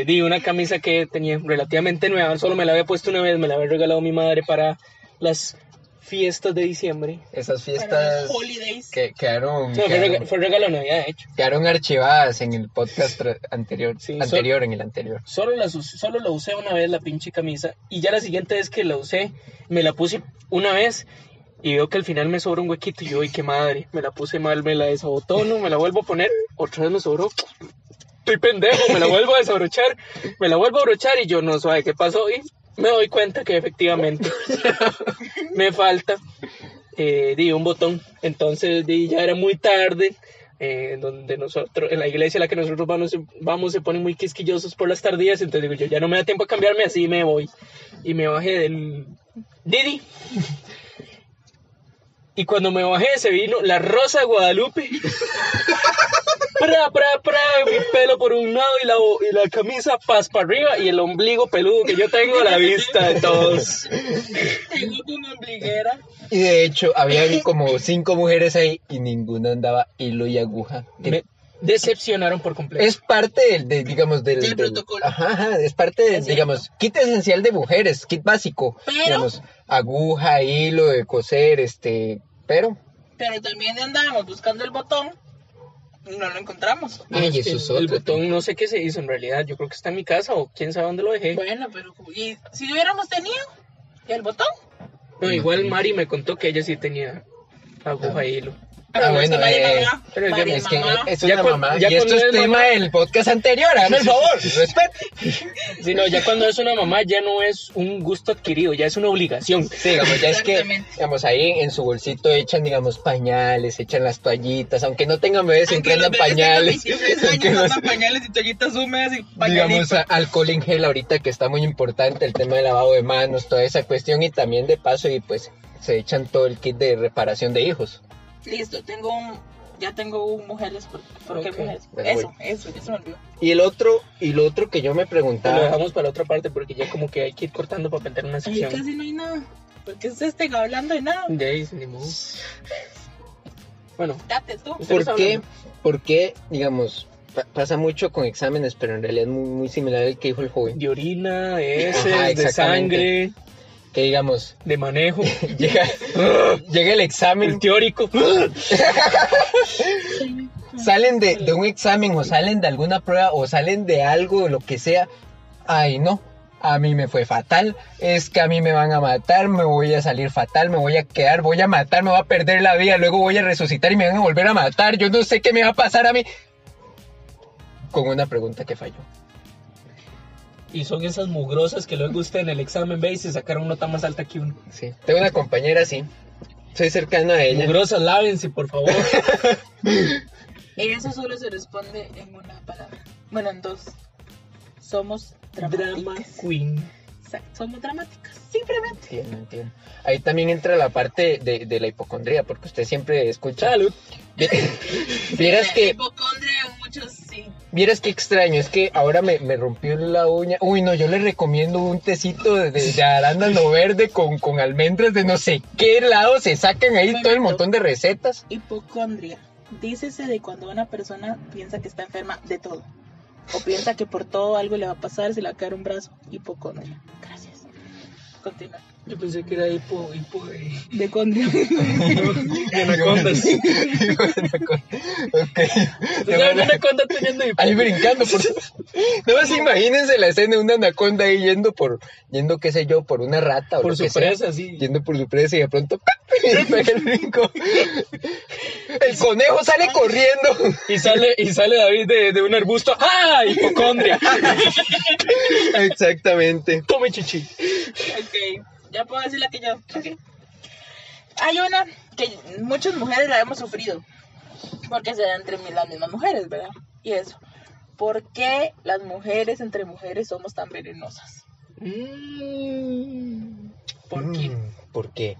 S4: eh, di una camisa que tenía relativamente nueva, solo me la había puesto una vez, me la había regalado mi madre para las fiestas de diciembre.
S1: Esas
S2: para
S1: fiestas
S2: los holidays.
S1: que quedaron,
S4: O sea, fue,
S1: quedaron,
S4: rega- fue regalo de Navidad, de hecho.
S1: quedaron archivadas en el podcast tra- anterior.
S4: Sí, son-
S1: anterior, en el anterior.
S4: Solo la, us- solo la usé una vez la pinche camisa y ya la siguiente vez que la usé me la puse una vez y veo que al final me sobra un huequito y yo, ¡ay qué madre! Me la puse mal, me la desabotono, me la vuelvo a poner, otra vez me sobró. Estoy pendejo, me la vuelvo a desabrochar, me la vuelvo a abrochar y yo no sé qué pasó y me doy cuenta que efectivamente me falta eh, di un botón. Entonces di, ya era muy tarde. eh, donde nosotros, en la iglesia a la que nosotros vamos, vamos se ponen muy quisquillosos por las tardías. Entonces digo, yo ya no me da tiempo a cambiarme, así me voy. Y me bajé del Didi. Y cuando me bajé se vino la rosa de Guadalupe. Pra, pra, pra, mi pelo por un lado y la, bo- y la camisa paz para arriba y el ombligo peludo que yo tengo a la vista de todos.
S2: Llegó con ombliguera.
S1: Y de hecho, había como cinco mujeres ahí y ninguna andaba hilo y aguja. Eh,
S4: Me decepcionaron por completo.
S1: Es parte del, de, digamos, del,
S2: Del protocolo.
S1: Ajá, ajá, es parte del,
S2: Es cierto.
S1: digamos, kit esencial de mujeres, kit básico.
S2: Pero-
S1: Digamos, aguja, hilo de coser, este, pero.
S2: Pero también andábamos buscando el botón y no lo encontramos.
S1: Ay,
S4: Es que
S1: eso es
S4: Ah, el
S1: otro
S4: botón no sé qué se hizo en realidad. Yo creo que está en mi casa o quién sabe dónde lo dejé.
S2: Bueno, pero como- y si lo hubiéramos tenido ¿Y el botón.
S4: No, igual Mari me contó que ella sí tenía aguja y hilo.
S1: Ah, bueno,
S2: Mari
S1: eh,
S2: mamá,
S4: pero es que-
S2: Mari
S1: Es que
S2: mamá.
S1: es
S4: Ya
S1: una
S4: cuando-
S1: mamá.
S4: ya
S1: Y esto es
S4: cuando es
S1: tema
S4: mamá-
S1: del podcast anterior, hágame el favor, respete.
S4: Sí, no, ya cuando es una mamá ya no es un gusto adquirido, ya es una obligación.
S1: Sí, digamos, ya es que,
S2: Exactamente.
S1: digamos, ahí en su bolsito echan, digamos, pañales, echan las toallitas, aunque no tengan bebés, siempre andan pañales. aunque los-
S2: pañales y toallitas húmedas y
S1: digamos, a- alcohol en gel ahorita que está muy importante, el tema de lavado de manos, toda esa cuestión y también de paso y pues se echan todo el kit de reparación de hijos.
S2: Listo, tengo un, ya tengo un mujeres por- porque
S4: Ok,
S2: mujeres.
S1: pues,
S2: Eso,
S1: voy.
S2: eso, ya se me olvidó.
S1: Y el otro, y lo otro que yo me
S4: Te Lo
S1: preguntaba,
S4: dejamos para la otra parte porque ya como que hay que ir cortando para meter una
S2: Ahí
S4: sección.
S2: casi no hay nada. Porque ustedes estén hablando de nada.
S4: De ahí, ni modo. Bueno,
S2: Date tú.
S4: Ustedes
S1: ¿por qué,
S4: hablan.
S1: por qué, digamos, pa- pasa mucho con exámenes, pero en realidad es muy, muy similar al que dijo el joven,
S4: de orina, de heces,
S1: Ajá,
S4: de
S1: exactamente.
S4: sangre,
S1: que digamos,
S4: de manejo,
S1: llega, llega el
S4: el
S1: examen,
S4: teórico.
S1: salen de, de un examen o salen de alguna prueba o salen de algo, lo que sea, ay no, a mí me fue fatal, es que a mí me van a matar, me voy a salir fatal, me voy a quedar, voy a matar, me voy a perder la vida, luego voy a resucitar y me van a volver a matar, yo no sé qué me va a pasar a mí. Con una pregunta que falló.
S4: Y son esas mugrosas que luego usted en el examen ve y se sacaron nota más alta que uno.
S1: Sí, tengo una compañera así, soy cercana a ella.
S4: Mugrosas, lávense, por favor.
S2: Eso solo se responde en una palabra. Bueno, en dos. Somos
S4: Drama
S2: dramáticas.
S4: Queen.
S2: Exacto, somos dramáticas, simplemente.
S1: Entiendo, entiendo. Ahí también entra la parte de, de la hipocondría, porque usted siempre escucha.
S4: Salud.
S1: Vieras
S2: La
S1: que,
S2: hipocondria en muchos sí.
S1: vieras que extraño, es que ahora me, me rompió la uña. Uy, no, yo le recomiendo un tecito de, de- de arándano verde con, con almendras de no sé qué lado. Se sacan ahí todo el montón de recetas.
S2: Hipocondria. Dícese de cuando una persona piensa que está enferma de todo. O piensa que por todo algo le va a pasar, se le va a caer un brazo. Hipocondria. Gracias. Continúa.
S4: Yo pensé que era hipo, hipo de,
S2: De condria.
S4: de anacondas.
S1: ok.
S4: ¿Tú sabes una anaconda teniendo hipo?
S1: Ahí brincando. Por... No más imagínense la escena de una anaconda ahí yendo por, yendo qué sé yo, por una rata o
S4: Por
S1: lo
S4: su
S1: que sea.
S4: presa, sí.
S1: Yendo por su presa y de pronto ¡pap! y pega el brinco. El conejo sale corriendo.
S4: Y sale, y sale David de, de un arbusto. ¡Ah! Hipocondria.
S1: Exactamente.
S4: Tome chichi.
S2: Ok, ya puedo decir la que yo. Ok. Hay una que muchas mujeres la hemos sufrido, porque se da entre mi- las mismas mujeres, ¿verdad? Y eso. ¿Por qué las mujeres entre mujeres somos tan venenosas? ¿Por qué?
S1: Mm, ¿Por qué?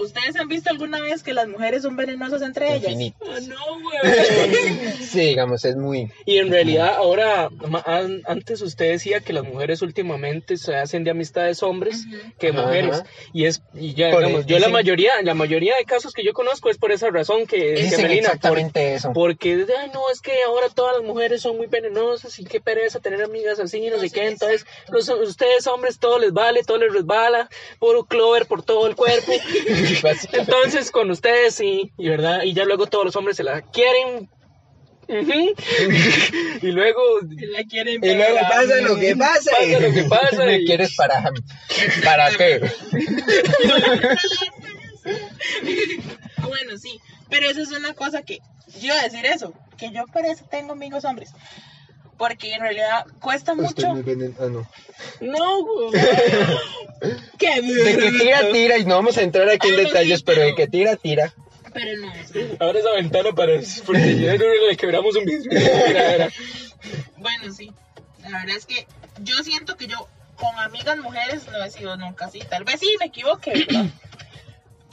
S2: ¿Ustedes han visto alguna vez que las mujeres son venenosas entre ellas?
S1: Infinito.
S4: Ah, no, güey.
S1: Sí, digamos, es muy.
S4: Y en realidad ahora, ma- an- antes usted decía que las mujeres últimamente se hacen de amistades hombres que
S1: Ajá,
S4: mujeres.
S1: ajá.
S4: Y es, y ya,
S1: Por- e,
S4: digamos, yo la
S1: dicen-
S4: mayoría, la mayoría de casos que yo conozco es por esa razón que, que
S1: Dicen
S4: Melina, por-
S1: exactamente eso.
S4: porque, ay, no, es que ahora todas las mujeres son muy venenosas y qué pereza tener amigas así y no, sé qué. Entonces, los- ustedes hombres todo les vale, todo les resbala, puro clover por todo el cuerpo.
S1: Básicamente.
S4: Entonces, con ustedes sí, y verdad, y ya luego todos los hombres se la quieren. Ujú. y luego
S2: Que La quieren ah,
S1: Y luego
S2: para-
S1: pasa lo que pasa.
S4: Pasa lo que pasa
S1: ¿Me
S4: y-
S1: quieres para, para qué?
S2: ah, Bueno, sí, pero eso es una cosa que yo iba a decir eso, que yo por eso tengo amigos hombres, porque en realidad cuesta
S1: Pues
S2: mucho.
S4: no güey.
S2: ¡Qué
S1: De que tira, tira, y no vamos a entrar aquí en
S2: Ah, no,
S1: detalles,
S2: sí,
S1: pero de
S2: pero-
S1: que tira, tira.
S2: Pero no, o sea,
S4: ahora esa ventana para porque ya no le quebramos un vidrio Mira, mira.
S2: bueno, sí. La verdad es que yo siento que yo con amigas mujeres no he sido nunca así. Tal vez sí me equivoque, ¿verdad?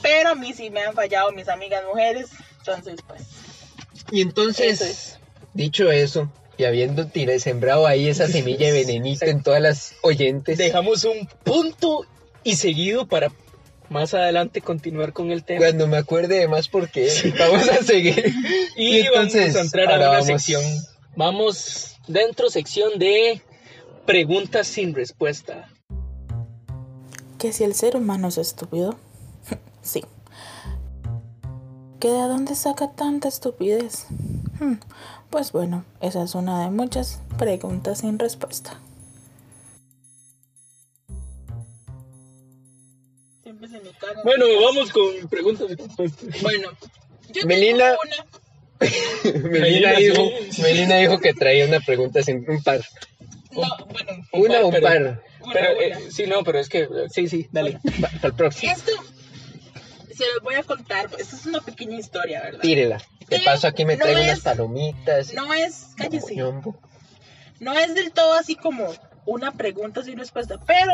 S2: pero a mí sí me han fallado mis amigas mujeres. Entonces, pues,
S1: Y
S2: Eso
S1: entonces,
S2: es.
S1: dicho eso, y habiendo tirado, sembrado ahí esa semilla de venenita en todas las oyentes,
S4: dejamos un punto y seguido para más adelante continuar con el tema
S1: cuando me acuerde de más porque vamos a seguir.
S4: y, vamos a entrar a
S1: ahora
S4: una
S1: vamos-
S4: sección vamos dentro sección de preguntas sin respuesta
S5: ¿Que si el ser humano es estúpido? sí. ¿Que de dónde saca tanta estupidez? Hmm, Pues bueno, esa es una de muchas preguntas sin respuesta.
S2: siempre se me cagan.
S4: bueno vamos con preguntas sin respuesta
S2: Bueno, yo tengo
S1: Melina-
S2: una.
S1: Melina,
S4: Melina,
S1: dijo,
S4: sí.
S1: Melina dijo que traía una pregunta sin un par.
S2: No, bueno,
S1: Una o un
S4: par, pero-
S1: par.
S2: una,
S4: pero
S2: una.
S4: eh, sí no pero es que sí sí dale
S1: Va, Para el próximo.
S2: Esto se los voy a contar. Esta es una pequeña historia, ¿verdad?
S1: Tírela. De
S2: Sí,
S1: paso aquí me
S2: no
S1: traigo
S2: es-
S1: unas palomitas.
S2: No es, cállese.
S1: ñombo.
S2: no es del todo así como una pregunta sin respuesta, pero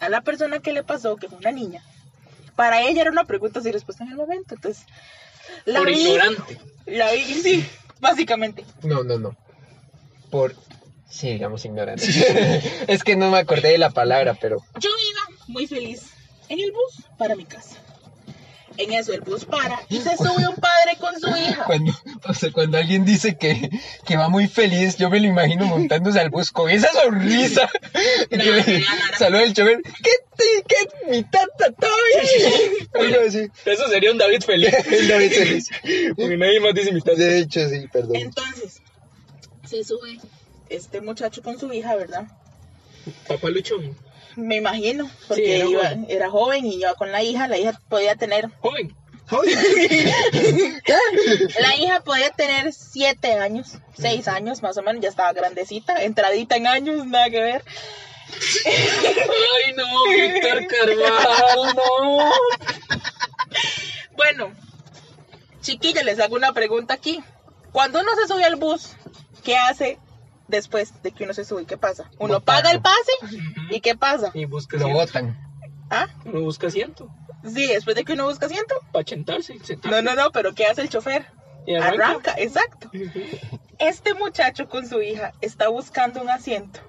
S2: a la persona que le pasó, que fue una niña, para ella era una pregunta sin respuesta en el momento. Entonces, la
S4: por
S2: vi,
S4: ignorante
S2: la vi, sí, básicamente.
S1: No, no, no. Por. Sí, digamos ignorante. es que no me acordé de la palabra, pero.
S2: Yo iba muy feliz en el bus para mi casa. En eso el bus para y se sube un padre con su hija.
S1: Cuando, o sea, cuando alguien dice que, que va muy feliz, yo me lo imagino montándose al bus con esa sonrisa.
S2: No,
S1: Yo-
S2: no, no, no.
S1: Saluda el chofer. ¿Qué, te- qué, mi tata todavía? Algo así.
S4: eso sería un David feliz
S1: El David feliz.
S4: porque nadie más dice mitad
S1: De hecho, sí, perdón.
S2: Entonces, se sube este muchacho con su hija, ¿verdad?
S4: papá luchón
S2: Me imagino, porque
S4: era
S2: iba- era,
S4: joven.
S2: joven y iba con la hija, la hija podía tener
S4: joven
S2: La hija podía tener siete años, seis años más o menos, ya estaba grandecita, entradita en años, nada que ver.
S4: Ay, no, Víctor Carvajal, no.
S2: Bueno, chiquilla, les hago una pregunta aquí. Cuando uno se sube al bus, ¿qué hace después de que uno se sube, ¿y ¿qué pasa? Uno paga el pase y ¿qué pasa?
S4: Y busca
S1: Lo
S4: asiento.
S1: botan.
S2: ¿Ah?
S4: Uno busca asiento
S2: Sí, después de que uno busca asiento.
S4: para sentarse. sentarse.
S2: No, no, no, pero ¿qué hace el chofer?
S4: Y arranca.
S2: Arranca, exacto. Este muchacho con su hija está buscando un asiento.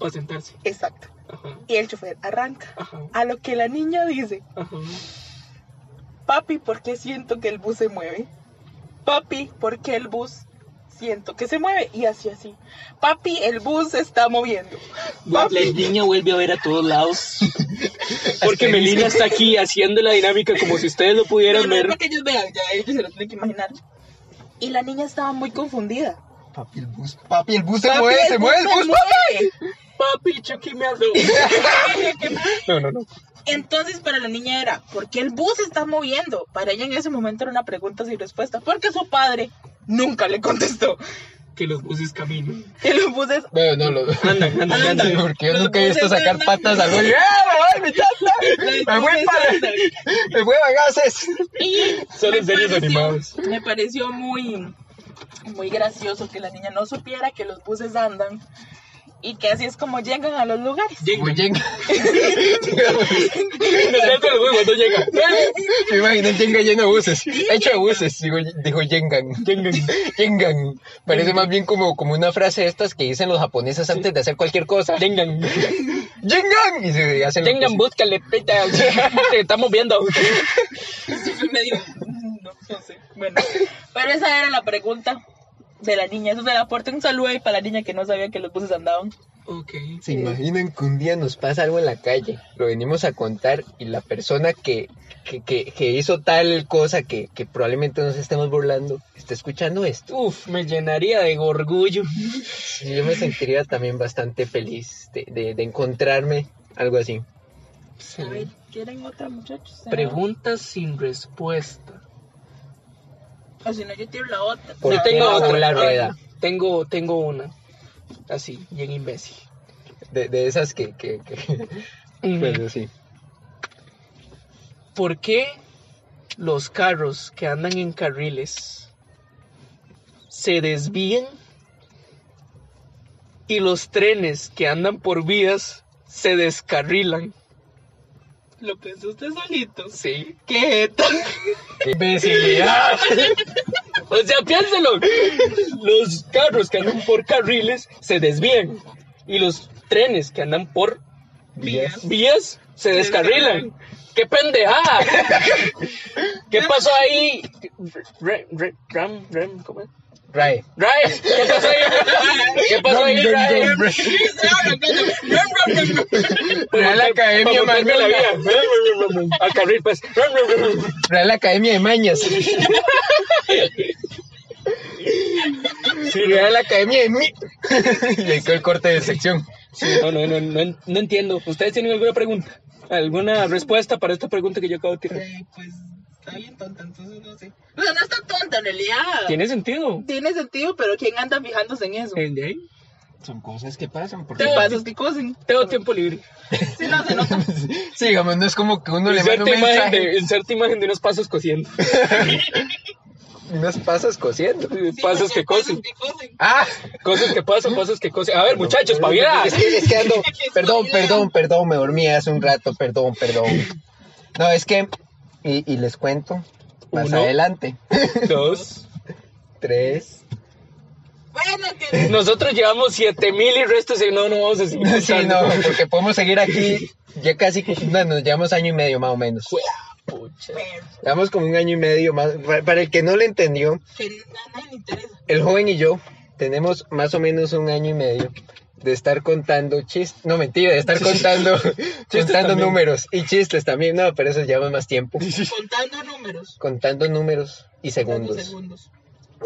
S4: Para sentarse.
S2: Exacto.
S4: Ajá,
S2: Y el chofer arranca.
S4: ajá,
S2: A lo que la niña dice,
S4: ajá.
S2: papi, ¿por qué siento que el bus se mueve? Papi, ¿por qué el bus siento que se mueve? Y así, así. Papi, el bus se está moviendo.
S4: La niña vuelve a ver a todos lados. Porque
S1: Asterisco.
S4: Melina está aquí haciendo la dinámica como si ustedes lo pudieran
S2: No, no es
S4: ver.
S2: para que ellos vean, ya ellos se lo tienen que imaginar. Y la niña estaba muy confundida.
S1: Papi, el bus. Papi, el bus se
S2: Papi,
S1: mueve, se
S2: el
S1: mueve el
S2: bus se
S1: bus.
S2: mueve.
S4: Papi, Chucky me hace. No, no, no.
S2: Entonces para la niña era, ¿por qué el bus se está moviendo? Para ella en ese momento era una pregunta sin respuesta, porque su padre nunca le contestó.
S4: Que los buses caminan.
S2: Y los buses
S1: Bueno, no lo.
S4: Andan, andan,
S1: Sí,
S4: andan.
S1: porque yo
S2: Los
S1: nunca he visto
S2: buses
S1: sacar
S2: andan.
S1: patas al hoyo. ¡Ah, me voy, mi
S2: Los
S1: chata! ¡Me
S2: buses
S1: voy para!
S2: andan.
S1: ¡Me voy a gases!
S2: Y
S4: Son
S2: me
S4: en series
S2: pareció-
S4: animadas.
S2: Me pareció muy, muy gracioso que la niña no supiera que los buses andan y que así es como llegan a los lugares.
S1: Muy
S4: Llegan.
S1: bien.
S4: Detrás de los huevos, no llega.
S1: Me imagino el Jenga lleno de buses. Hecho de buses, digo, dijo Jengan.
S4: Llegan.
S1: Jengan. Parece más bien como, como una frase de estas que dicen los japoneses antes de hacer cualquier cosa.
S4: Llegan.
S1: ¡Jengan! Y se hacen los
S4: Llegan,
S1: buses.
S4: búscale, peta. Te estamos viendo.
S2: Sí, fue medio- No, no sé. Bueno, pero esa era la pregunta de la niña. Eso se la aporta un saludo ahí para la niña que no sabía que los buses andaban.
S4: Ok.
S1: ¿Se imaginan que un día nos pasa algo en la calle? Lo venimos a contar y la persona que, que, que- que hizo tal cosa que, que probablemente nos estemos burlando está escuchando esto.
S4: Uf, me llenaría de orgullo.
S1: Y yo me sentiría también bastante feliz de, de- de encontrarme algo así.
S2: A ver, ¿quieren otra, muchachos? Eh,
S4: Preguntas sin respuesta.
S2: O si no, yo tiro la otra.
S1: ¿Por
S4: Yo
S1: qué
S4: tengo
S1: no
S4: otra.
S1: la rueda?
S4: Tengo, tengo una. Así, bien imbécil.
S1: De, de esas que... que, que- pues, bueno, sí.
S4: ¿Por qué los carros que andan en carriles se desvían y los trenes que andan por vías se descarrilan?
S2: Lo pensó usted solito.
S4: Sí.
S2: ¿Qué tal?
S1: ¡Qué imbecilidad!
S4: O sea, piénselo. Los carros que andan por carriles se desvían y los trenes que andan por
S1: Días.
S4: vías se descarrilan. ¡Qué pendejada! ¿Qué pasó ahí? Re- re- Ram, Ram, ¿cómo es?
S1: Rae.
S4: Ray, ¿qué pasó ahí? ¿Qué pasó ahí, Ray?
S1: Real Academia
S4: Pues, Para montarme la
S1: Manuela.
S4: vía. Al carril, pues.
S1: Real Academia de Mañas.
S4: Sí,
S1: Real Academia de Mi. Y ahí quedó el corte de sección.
S4: Sí, no, no, no, no, en- no entiendo. ¿Ustedes tienen alguna pregunta? ¿Alguna respuesta para esta pregunta que yo acabo de tirar?
S2: Pues está bien tonta, entonces no sé. O sea, no está tonta en realidad.
S4: ¿Tiene sentido?
S2: Tiene sentido, pero ¿quién anda fijándose en eso?
S4: ¿En de ahí?
S1: Son cosas que pasan.
S2: ¿Qué pasa? ¿Qué cosen?
S4: Tengo tiempo libre.
S2: Sí, no, se nota.
S1: Sí, digamos, no es como que uno le manda un
S4: Inserta imagen,
S1: mensaje
S4: de, inserta imagen de unos pasos cosiendo.
S1: y unas pasas cosiendo.
S4: pasos que cosen.
S2: ¿Qué cosen?
S1: ¡Ah!
S4: Cosas que pasan, cosas que cosen. A ver, muchachos, pavila.
S1: Es que, es que ando... Perdón, perdón, perdón, me dormí hace un rato, perdón, perdón. No, es que... Y, y les cuento. Más
S4: Uno.
S1: adelante.
S4: Dos.
S1: Tres.
S2: Bueno, que
S4: Nosotros llevamos 7000 y restos. y No, no vamos a seguir.
S1: Sí, no,
S4: contando.
S1: porque podemos seguir aquí. Ya casi... No, nos llevamos año y medio más o menos.
S4: Pucha.
S1: Llevamos como un año y medio más. Para- Para el que no le entendió,
S2: que a nadie le interesa.
S1: El joven y yo tenemos más o menos un año y medio de estar contando chistes, no mentira, de estar contando, contando
S4: también.
S1: números y chistes también, no, pero eso lleva más tiempo,
S2: Contando números.
S1: contando números y
S2: Contando
S1: segundos.
S2: segundos.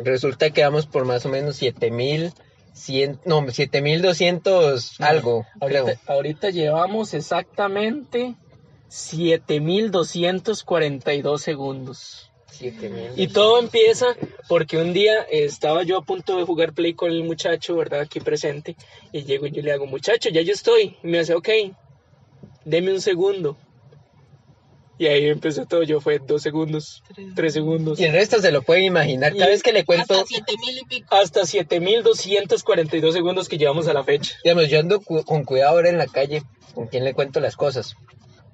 S1: Resulta que vamos por más o menos 7100, no, 7200
S4: Ah,
S1: algo, creo.
S4: Ahorita, ahorita llevamos exactamente 7242 segundos.
S1: 7000.
S4: Y todo empieza porque un día estaba yo a punto de jugar play con el muchacho, ¿verdad? Aquí presente. Y llego y yo le hago, muchacho, ya yo estoy. Y me hace, ok, deme un segundo. Y ahí empezó todo. Yo fue dos segundos, tres segundos.
S1: Y el resto se lo pueden imaginar. Cada
S4: Y-
S1: vez que le cuento,
S2: Hasta siete mil y pico.
S4: Hasta 7.242 segundos que llevamos a la fecha.
S1: digamos, yo ando cu- con cuidado ahora en la calle con quién le cuento las cosas.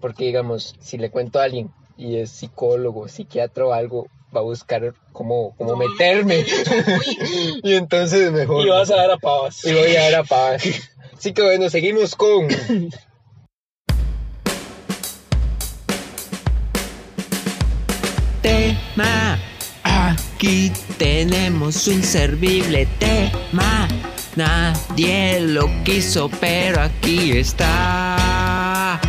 S1: Porque, digamos, si le cuento a alguien y es psicólogo, psiquiatra o algo, va a buscar cómo, cómo meterme. y entonces mejor.
S4: Y vas a dar a pavas.
S1: Y voy a dar a paz. Así que bueno, seguimos con.
S3: tema. Aquí tenemos un servible tema. Nadie lo quiso, pero aquí está.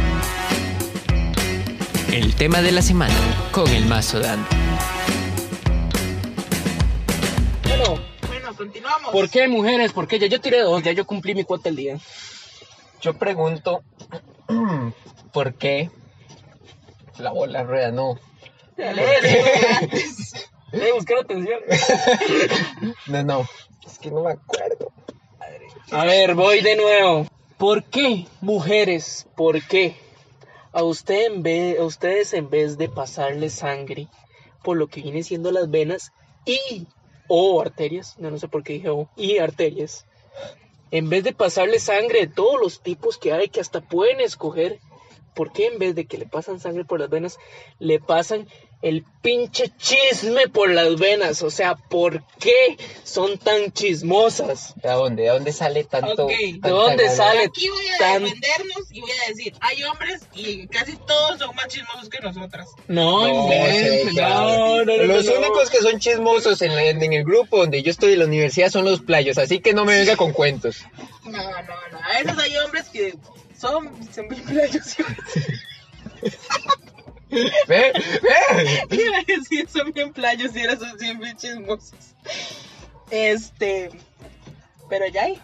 S3: El tema de la semana con el mazo Dan.
S4: Bueno,
S2: Bueno, continuamos.
S4: ¿por qué mujeres? Porque ya yo tiré dos, ya yo cumplí mi cuota el día.
S1: Yo pregunto, ¿por qué la bola rueda no?
S4: Voy a Eh, buscar atención.
S1: No, no, es que no me acuerdo.
S4: A ver, voy de nuevo. ¿Por qué mujeres? ¿Por qué? A, usted en vez, a ustedes en vez de pasarle sangre por lo que vienen siendo las venas y o arterias, no, no sé por qué dije o, y arterias, en vez de pasarle sangre de todos los tipos que hay que hasta pueden escoger, ¿por qué en vez de que le pasan sangre por las venas, le pasan el pinche chisme por las venas? O sea, ¿por qué son tan chismosas?
S1: ¿De dónde? ¿De dónde sale tanto?
S4: Ok, ¿de
S1: tanta
S4: dónde
S1: gana?
S4: sale?
S2: Aquí voy a
S4: Tan-
S2: defendernos y voy a decir, hay hombres y casi todos son más chismosos que nosotras.
S4: No,
S1: No,
S4: inventes,
S1: sí, claro.
S4: no, no, no,
S1: Los
S4: no, no.
S1: únicos que son chismosos en, la- en el grupo donde yo estoy en la universidad son los playos, así que no me venga con cuentos.
S2: No, no, no. A veces hay hombres que son se me olvida, yo sí
S1: ¿Ve? ¿Ve?
S2: iba a decir son bien playos y ahora son siempre chismosos. Este, pero ya hay.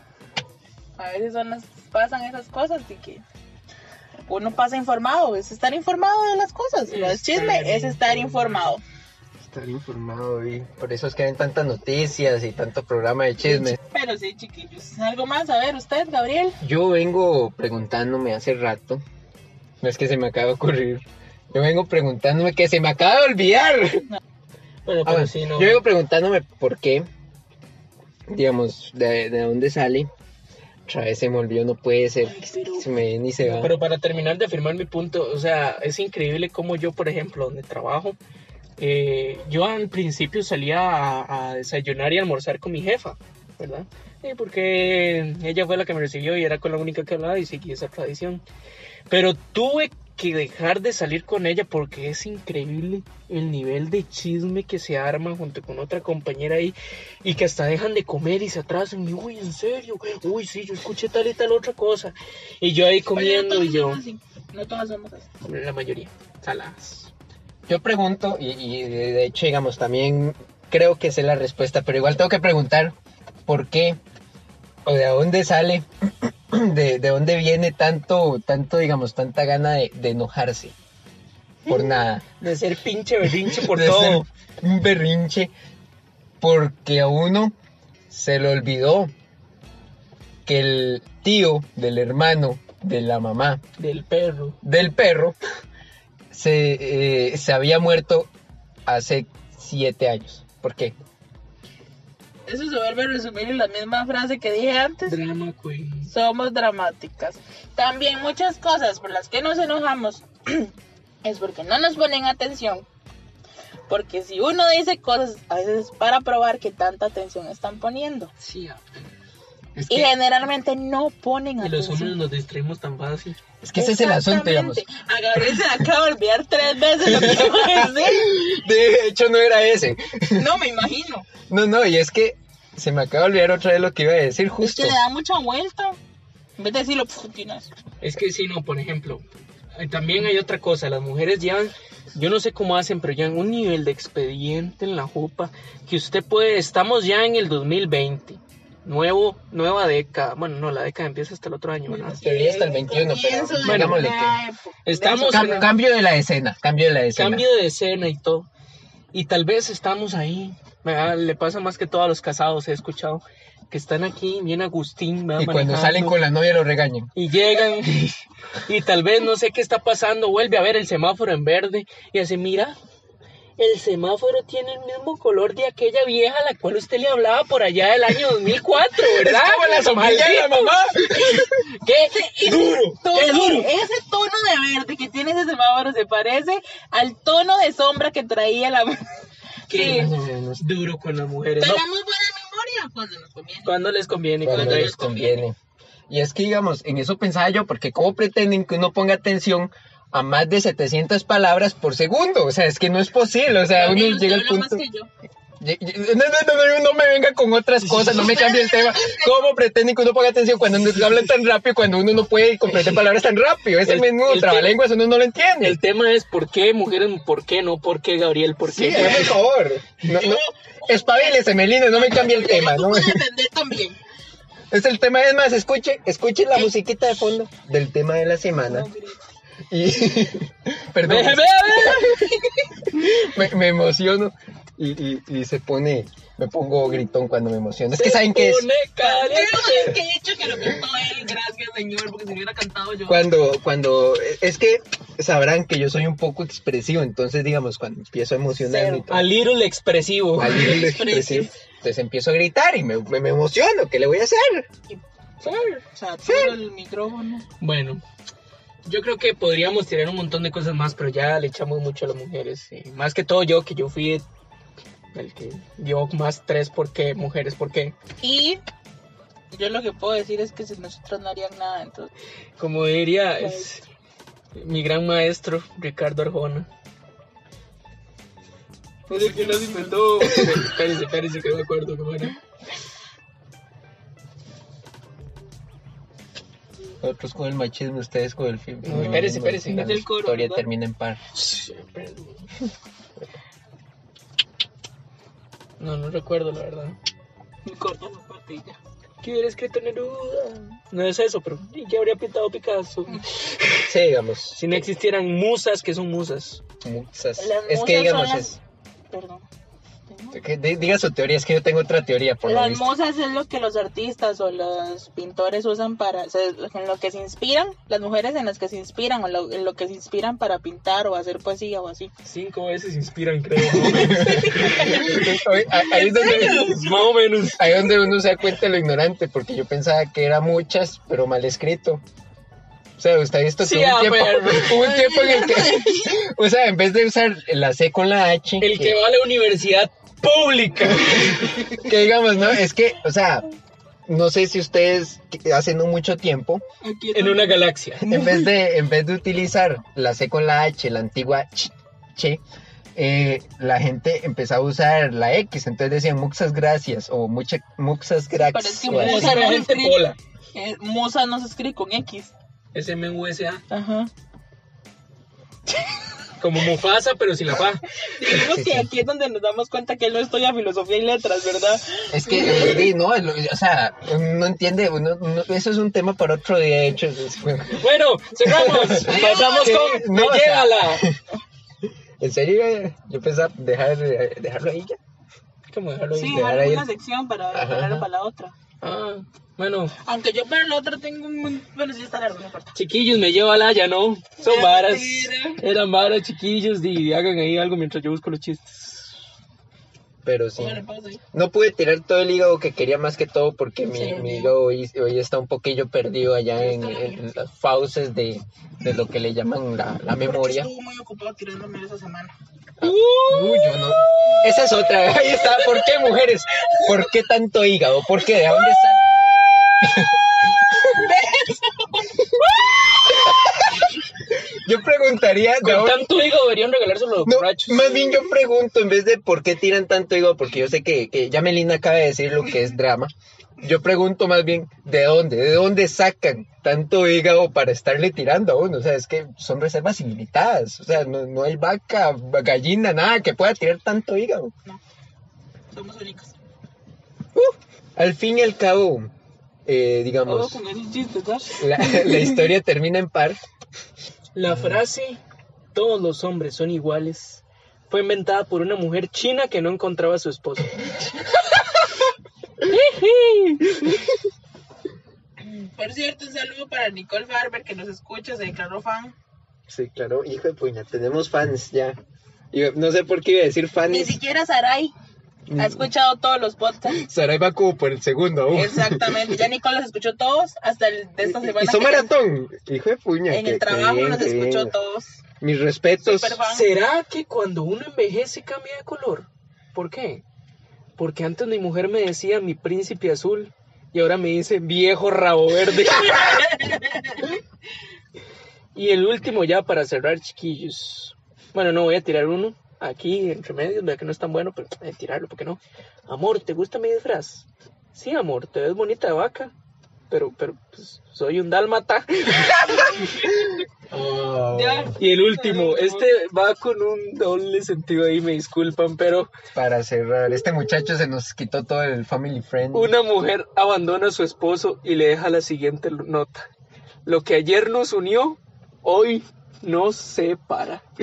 S2: A veces son las- pasan esas cosas y que uno pasa informado, es estar informado de las cosas. No es chisme, es estar informado.
S1: Estar informado, y por eso es que hay tantas noticias y tanto programa de chismes.
S2: Pero sí, chiquillos. ¿Algo más? A ver, usted, Gabriel.
S1: Yo vengo preguntándome hace rato, no es que se me acaba de ocurrir, yo vengo preguntándome que se me acaba de olvidar.
S4: Bueno,
S1: Ah,
S4: pero sí, no.
S1: Yo vengo preguntándome por qué, digamos, de, de dónde sale. Otra vez se me olvidó, no puede ser,
S2: Ay, pero-
S1: se me viene y se va.
S4: Pero para terminar de afirmar mi punto, o sea, es increíble como yo, por ejemplo, donde trabajo, eh, yo al principio salía a, a desayunar y almorzar con mi jefa, ¿verdad? Eh, porque ella fue la que me recibió y era con la única que hablaba y seguí esa tradición. Pero tuve que dejar de salir con ella porque es increíble el nivel de chisme que se arma junto con otra compañera ahí y que hasta dejan de comer y se atrasan y uy en serio uy sí yo escuché tal y tal otra cosa y yo ahí comiendo
S2: Oye,
S4: y
S2: no todas
S4: yo
S2: somos así. No todas somos así.
S4: la mayoría salas
S1: Yo pregunto, y, y de de hecho, digamos, también creo que sé la respuesta, pero igual tengo que preguntar por qué o de dónde sale, de, de dónde viene tanto, tanto, digamos, tanta gana de, de enojarse por nada.
S4: de ser pinche berrinche Mm, por
S1: De
S4: todo
S1: hacer Un berrinche porque a uno se le olvidó que el tío del hermano de la mamá
S4: del perro
S1: del perro se, eh, se había muerto hace siete años. ¿Por qué?
S2: Eso se vuelve a resumir en la misma frase que dije antes.
S4: drama queen
S2: Somos dramáticas. También muchas cosas por las que nos enojamos es porque no nos ponen atención. Porque si uno dice cosas, a veces es para probar que tanta atención están poniendo.
S4: sí a-
S2: Y generalmente ah, no pues, ponen
S4: y los hombres
S2: atención.
S4: nos distraemos tan fácil
S1: Es que ese es el asunto, digamos.
S2: Exactamente. A Gabriel se le acaba de olvidar tres veces lo que iba a decir.
S1: De hecho, no era ese.
S2: No, me imagino.
S1: No, no, y es que se me acaba de olvidar otra vez lo que iba a decir
S2: Es
S1: justo.
S2: que le da mucha vuelta. En vez de decirlo, pf, tienes.
S4: Es que si no, por ejemplo, eh, también hay otra cosa, las mujeres llevan, yo no sé cómo hacen, pero llevan un nivel de expediente en la jupa que usted puede, estamos ya en el 2020, nuevo, nueva década, bueno, no, la década empieza hasta el otro año, ¿verdad?
S1: Teoría hasta el 21, pero
S2: Comienzo de
S1: digámosle
S2: una
S1: que...
S2: época.
S4: Estamos en
S1: Cam- cambio de la escena, cambio de la escena.
S4: cambio de escena y todo, y tal vez estamos ahí, ¿verdad? le pasa más que todo a los casados, he escuchado, que están aquí, bien Agustín, va
S1: Y cuando
S4: manejando,
S1: salen con la novia lo regañan.
S4: y llegan y, tal vez no sé qué está pasando, vuelve a ver el semáforo en verde y hace, mira, el semáforo tiene el mismo color de aquella vieja a la cual usted le hablaba por allá del año 2004, ¿verdad?
S1: Es como la sombrilla de la
S4: Maldito.
S1: mamá.
S4: ¡Qué duro!
S2: tono-
S4: ¡Qué duro!
S2: ese tono de verde que tiene ese semáforo se parece al tono de sombra que traía la.
S4: ¡Qué
S2: Sí.
S4: duro con las mujeres! ¿no?
S2: Tenemos buena memoria cuando nos conviene.
S4: Cuando les conviene,
S1: Cuando
S4: cuando
S1: les conviene. Y es que, digamos, en eso pensaba yo, porque ¿cómo pretenden que uno ponga atención a más de 700 palabras por segundo? O sea, es que no es posible. O sea, uno
S2: Usted
S1: llega al
S2: habla más
S1: punto.
S2: que yo.
S1: Ye- ye- No, no, no, no, no me venga con otras cosas, no me cambie el tema. ¿Cómo pretenden que uno ponga atención cuando uno hablan tan rápido, cuando uno no puede comprender palabras tan rápido? Es el,
S4: El-
S1: menudo
S4: el
S1: trabalenguas, uno no lo entiende.
S4: El tema es por qué mujeres, por qué no, por qué Gabriel, por
S1: Sí,
S4: qué.
S1: eh, por favor. No, no. Espabílese, Melina, no me cambie el tema.
S2: Tú
S1: No
S2: puedes entender también.
S1: Es el tema, es más, escuche, escuche la musiquita de fondo del tema de la semana. Y, perdón,
S4: Ve, ve, ve.
S1: me, me emociono y, y- y se pone, me pongo gritón cuando me emociono. Es que saben que es
S4: Pone caliente.
S2: Pero es que he hecho que lo cantó él, gracias señor, porque si hubiera cantado yo.
S1: cuando, cuando, es que sabrán que yo soy un poco expresivo, entonces digamos, cuando empiezo a emocionarme, y todo,
S4: Al little expresivo.
S1: al nivel de expresivo, entonces empiezo a gritar y me, me- me emociono, ¿qué le voy a hacer?
S2: O sea, solo el micrófono.
S4: Bueno, yo creo que podríamos tirar un montón de cosas más, pero ya le echamos mucho a las mujeres. sí. Más que todo yo, que yo fui el que dio más tres porque mujeres, porque
S2: Y yo lo que puedo decir es que si nosotros no harían nada, entonces.
S4: como diría es mi gran maestro Ricardo Arjona. Es el que nos inventó. espérense, espérense, que no me acuerdo cómo era.
S1: Otros con el machismo, ustedes con el film.
S4: No, espérese, espérese,
S1: La
S4: es el coro,
S1: historia
S4: ¿verdad?
S1: termina en par.
S4: No, no recuerdo, la verdad.
S2: Me corto la partilla.
S4: ¿Qué hubiera escrito Neruda? No es eso, pero ¿y ¿qué habría pintado Picasso?
S1: Sí, digamos.
S4: Si no existieran musas, que son musas.
S1: Muchas.
S2: Las
S1: Es que
S2: musas
S1: digamos,
S2: son
S1: es,
S2: las- Perdón.
S1: que di- diga su teoría, es que yo tengo otra teoría por lo
S2: Las
S1: visto.
S2: musas es lo que los artistas o los pintores usan para, se- en lo que se inspiran, las mujeres en las que se inspiran o lo- en lo que se inspiran para pintar o hacer poesía o así.
S4: Cinco veces inspiran, creo.
S1: Ahí- Ahí es donde,
S4: Más o menos.
S1: ahí es donde uno se da cuenta de lo ignorante, porque yo pensaba que era muchas, pero mal escrito. O sea, usted ha visto que
S4: Sí,
S1: hubo
S4: ah,
S1: un tiempo,
S4: pero-
S1: hubo un tiempo en el que, o sea, en vez de usar la C con la H,
S4: El que va a la universidad pública.
S1: que digamos, ¿no? Es que, o sea, no sé si ustedes que hace no mucho tiempo,
S4: En una galaxia.
S1: en vez de en vez de utilizar la C con la H, la antigua ch- che, eh, la gente empezaba a usar la X, entonces decían muchas gracias o mucha, muchas
S2: pero es
S1: gracias.
S2: que
S1: o así.
S2: muchas-
S4: Musa era gente pola.
S2: Eh, musa no se escribe con X.
S4: S-M-U-S-A.
S2: Ajá.
S4: Como Mufasa, pero sin la fa.
S2: Digamos
S1: Sí,
S2: que
S1: sí.
S2: aquí es donde nos damos cuenta que él no estudia filosofía y letras, ¿verdad?
S1: Es que, eh, sí, no, lo- o sea, no entiende, uno- no- eso es un tema para otro día, de hecho. es-
S4: Bueno, cerramos. Pasamos
S1: Sí,
S4: con.
S1: no,
S4: No,
S1: o sea-
S4: llévala.
S1: En serio, eh, yo pensaba dejar, eh, dejarlo ahí ya.
S4: ¿Cómo dejarlo ahí?
S2: Sí,
S1: dejar ahí
S2: alguna
S1: el-
S2: sección para
S1: Ajá.
S2: prepararlo para la otra.
S4: Ah, bueno.
S2: Aunque yo para la otra tengo un... mon- Bueno, sí está largo, no importa.
S4: Chiquillos, me lleva la ya no. Son
S2: Ya,
S4: varas.
S2: tira.
S4: Eran varas, chiquillos. Y hagan ahí algo mientras yo busco los chistes.
S1: Pero sí.
S2: Póngale pausa ahí.
S1: No pude tirar todo el hígado que quería más que todo porque mi,
S2: Sí.
S1: mi hígado hoy, hoy está un poquillo perdido allá en, en las fauces de, de lo que le llaman la, la memoria. Ah,
S2: Estuvo muy ocupado tirándome esa semana.
S1: Uy, yo no. Esa es otra. Ahí está. ¿Por qué mujeres? ¿Por qué tanto hígado? ¿Por qué? ¿De dónde sale? Yo preguntaría, ¿de
S4: Con
S1: dónde-
S4: tanto hígado deberían regalárselo a los
S1: No,
S4: borrachos.
S1: más bien yo pregunto, en vez de por qué tiran tanto hígado, porque yo sé que, que ya Melina acaba de decir lo que es drama, yo pregunto más bien, ¿de dónde? ¿De dónde sacan tanto hígado para estarle tirando a uno? O sea, es que son reservas ilimitadas, o sea, no, no hay vaca, gallina, nada que pueda tirar tanto hígado.
S2: Somos únicos.
S1: Al fin y al cabo, eh,
S2: Todo
S1: digamos,
S2: con esos chistes, ¿verdad?
S1: la, la historia termina en par.
S4: La frase todos los hombres son iguales fue inventada por una mujer china que no encontraba a su esposo.
S2: Por cierto, un saludo para Nicole Barber que nos escucha, se declaró fan.
S1: Sí, claro, hijo de puña, tenemos fans ya. Y no sé por qué iba a decir
S2: Ni
S1: fans.
S2: siquiera Sarai ha escuchado todos los podcasts.
S1: Sarai va como por el segundo aún.
S2: Exactamente, ya Nicole los escuchó todos hasta el de esta semana.
S1: Hizo
S2: que-
S1: maratón. Hijo de puña.
S2: En
S1: qué-
S2: el
S1: qué
S2: trabajo
S1: bien,
S2: los
S1: qué bien.
S2: escuchó todos.
S1: Mis respetos.
S2: Súper fan.
S4: ¿Será que cuando uno envejece cambia de color? ¿Por qué? Porque antes mi mujer me decía mi príncipe azul y ahora me dice viejo rabo verde. y el último ya para cerrar, chiquillos. Bueno, no voy a tirar uno aquí entre medios, vea que no es tan bueno, pero voy a tirarlo, ¿por qué no? Amor, ¿te gusta mi disfraz? Sí, amor, te ves bonita de vaca, pero, pero pues, soy un dálmata.
S1: Oh,
S2: Ya.
S4: Y el último, este va con un doble sentido ahí, me disculpan, pero
S1: Para cerrar, este muchacho se nos quitó todo el family friend.
S4: una mujer abandona a su esposo y le deja la siguiente nota. Lo que ayer nos unió, hoy nos separa.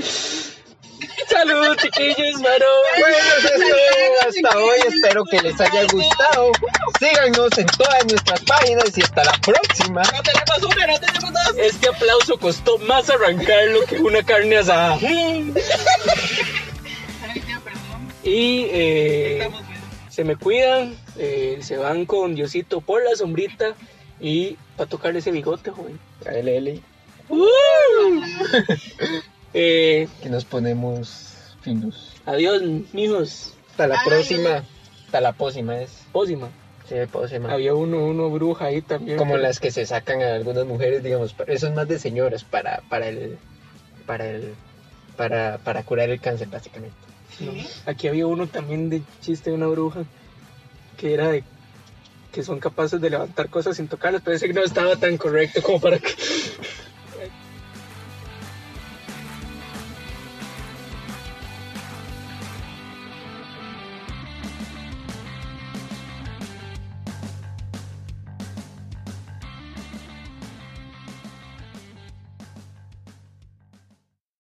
S4: Saludos, chiquillos, varón.
S1: Bueno, eso es todo hasta hoy. Espero que les haya gustado. Síganos en todas nuestras páginas y hasta la próxima.
S2: No tenemos una, no tenemos dos.
S4: Este aplauso costó más arrancarlo que una carne asada.
S2: Ay, ya, perdón.
S4: Y eh,
S2: Estamos bien.
S4: se me cuidan, eh, se van con Diosito por la sombrita y para tocarle ese bigote, joven.
S1: Leli,
S2: Uh.
S4: Eh,
S1: que nos ponemos finos.
S4: Adiós, mijos.
S1: Hasta la
S2: Ay.
S1: próxima. Hasta la próxima es.
S4: Pósima.
S1: Sí, próxima.
S4: Había uno, uno bruja ahí también.
S1: Como las que se sacan a algunas mujeres, digamos. pero Eso es más de señoras para, para el. Para el. Para, para curar el cáncer, básicamente.
S4: No, Aquí había uno también de chiste de una bruja que era de que son capaces de levantar cosas sin tocarlas, pero ese no estaba tan correcto como para que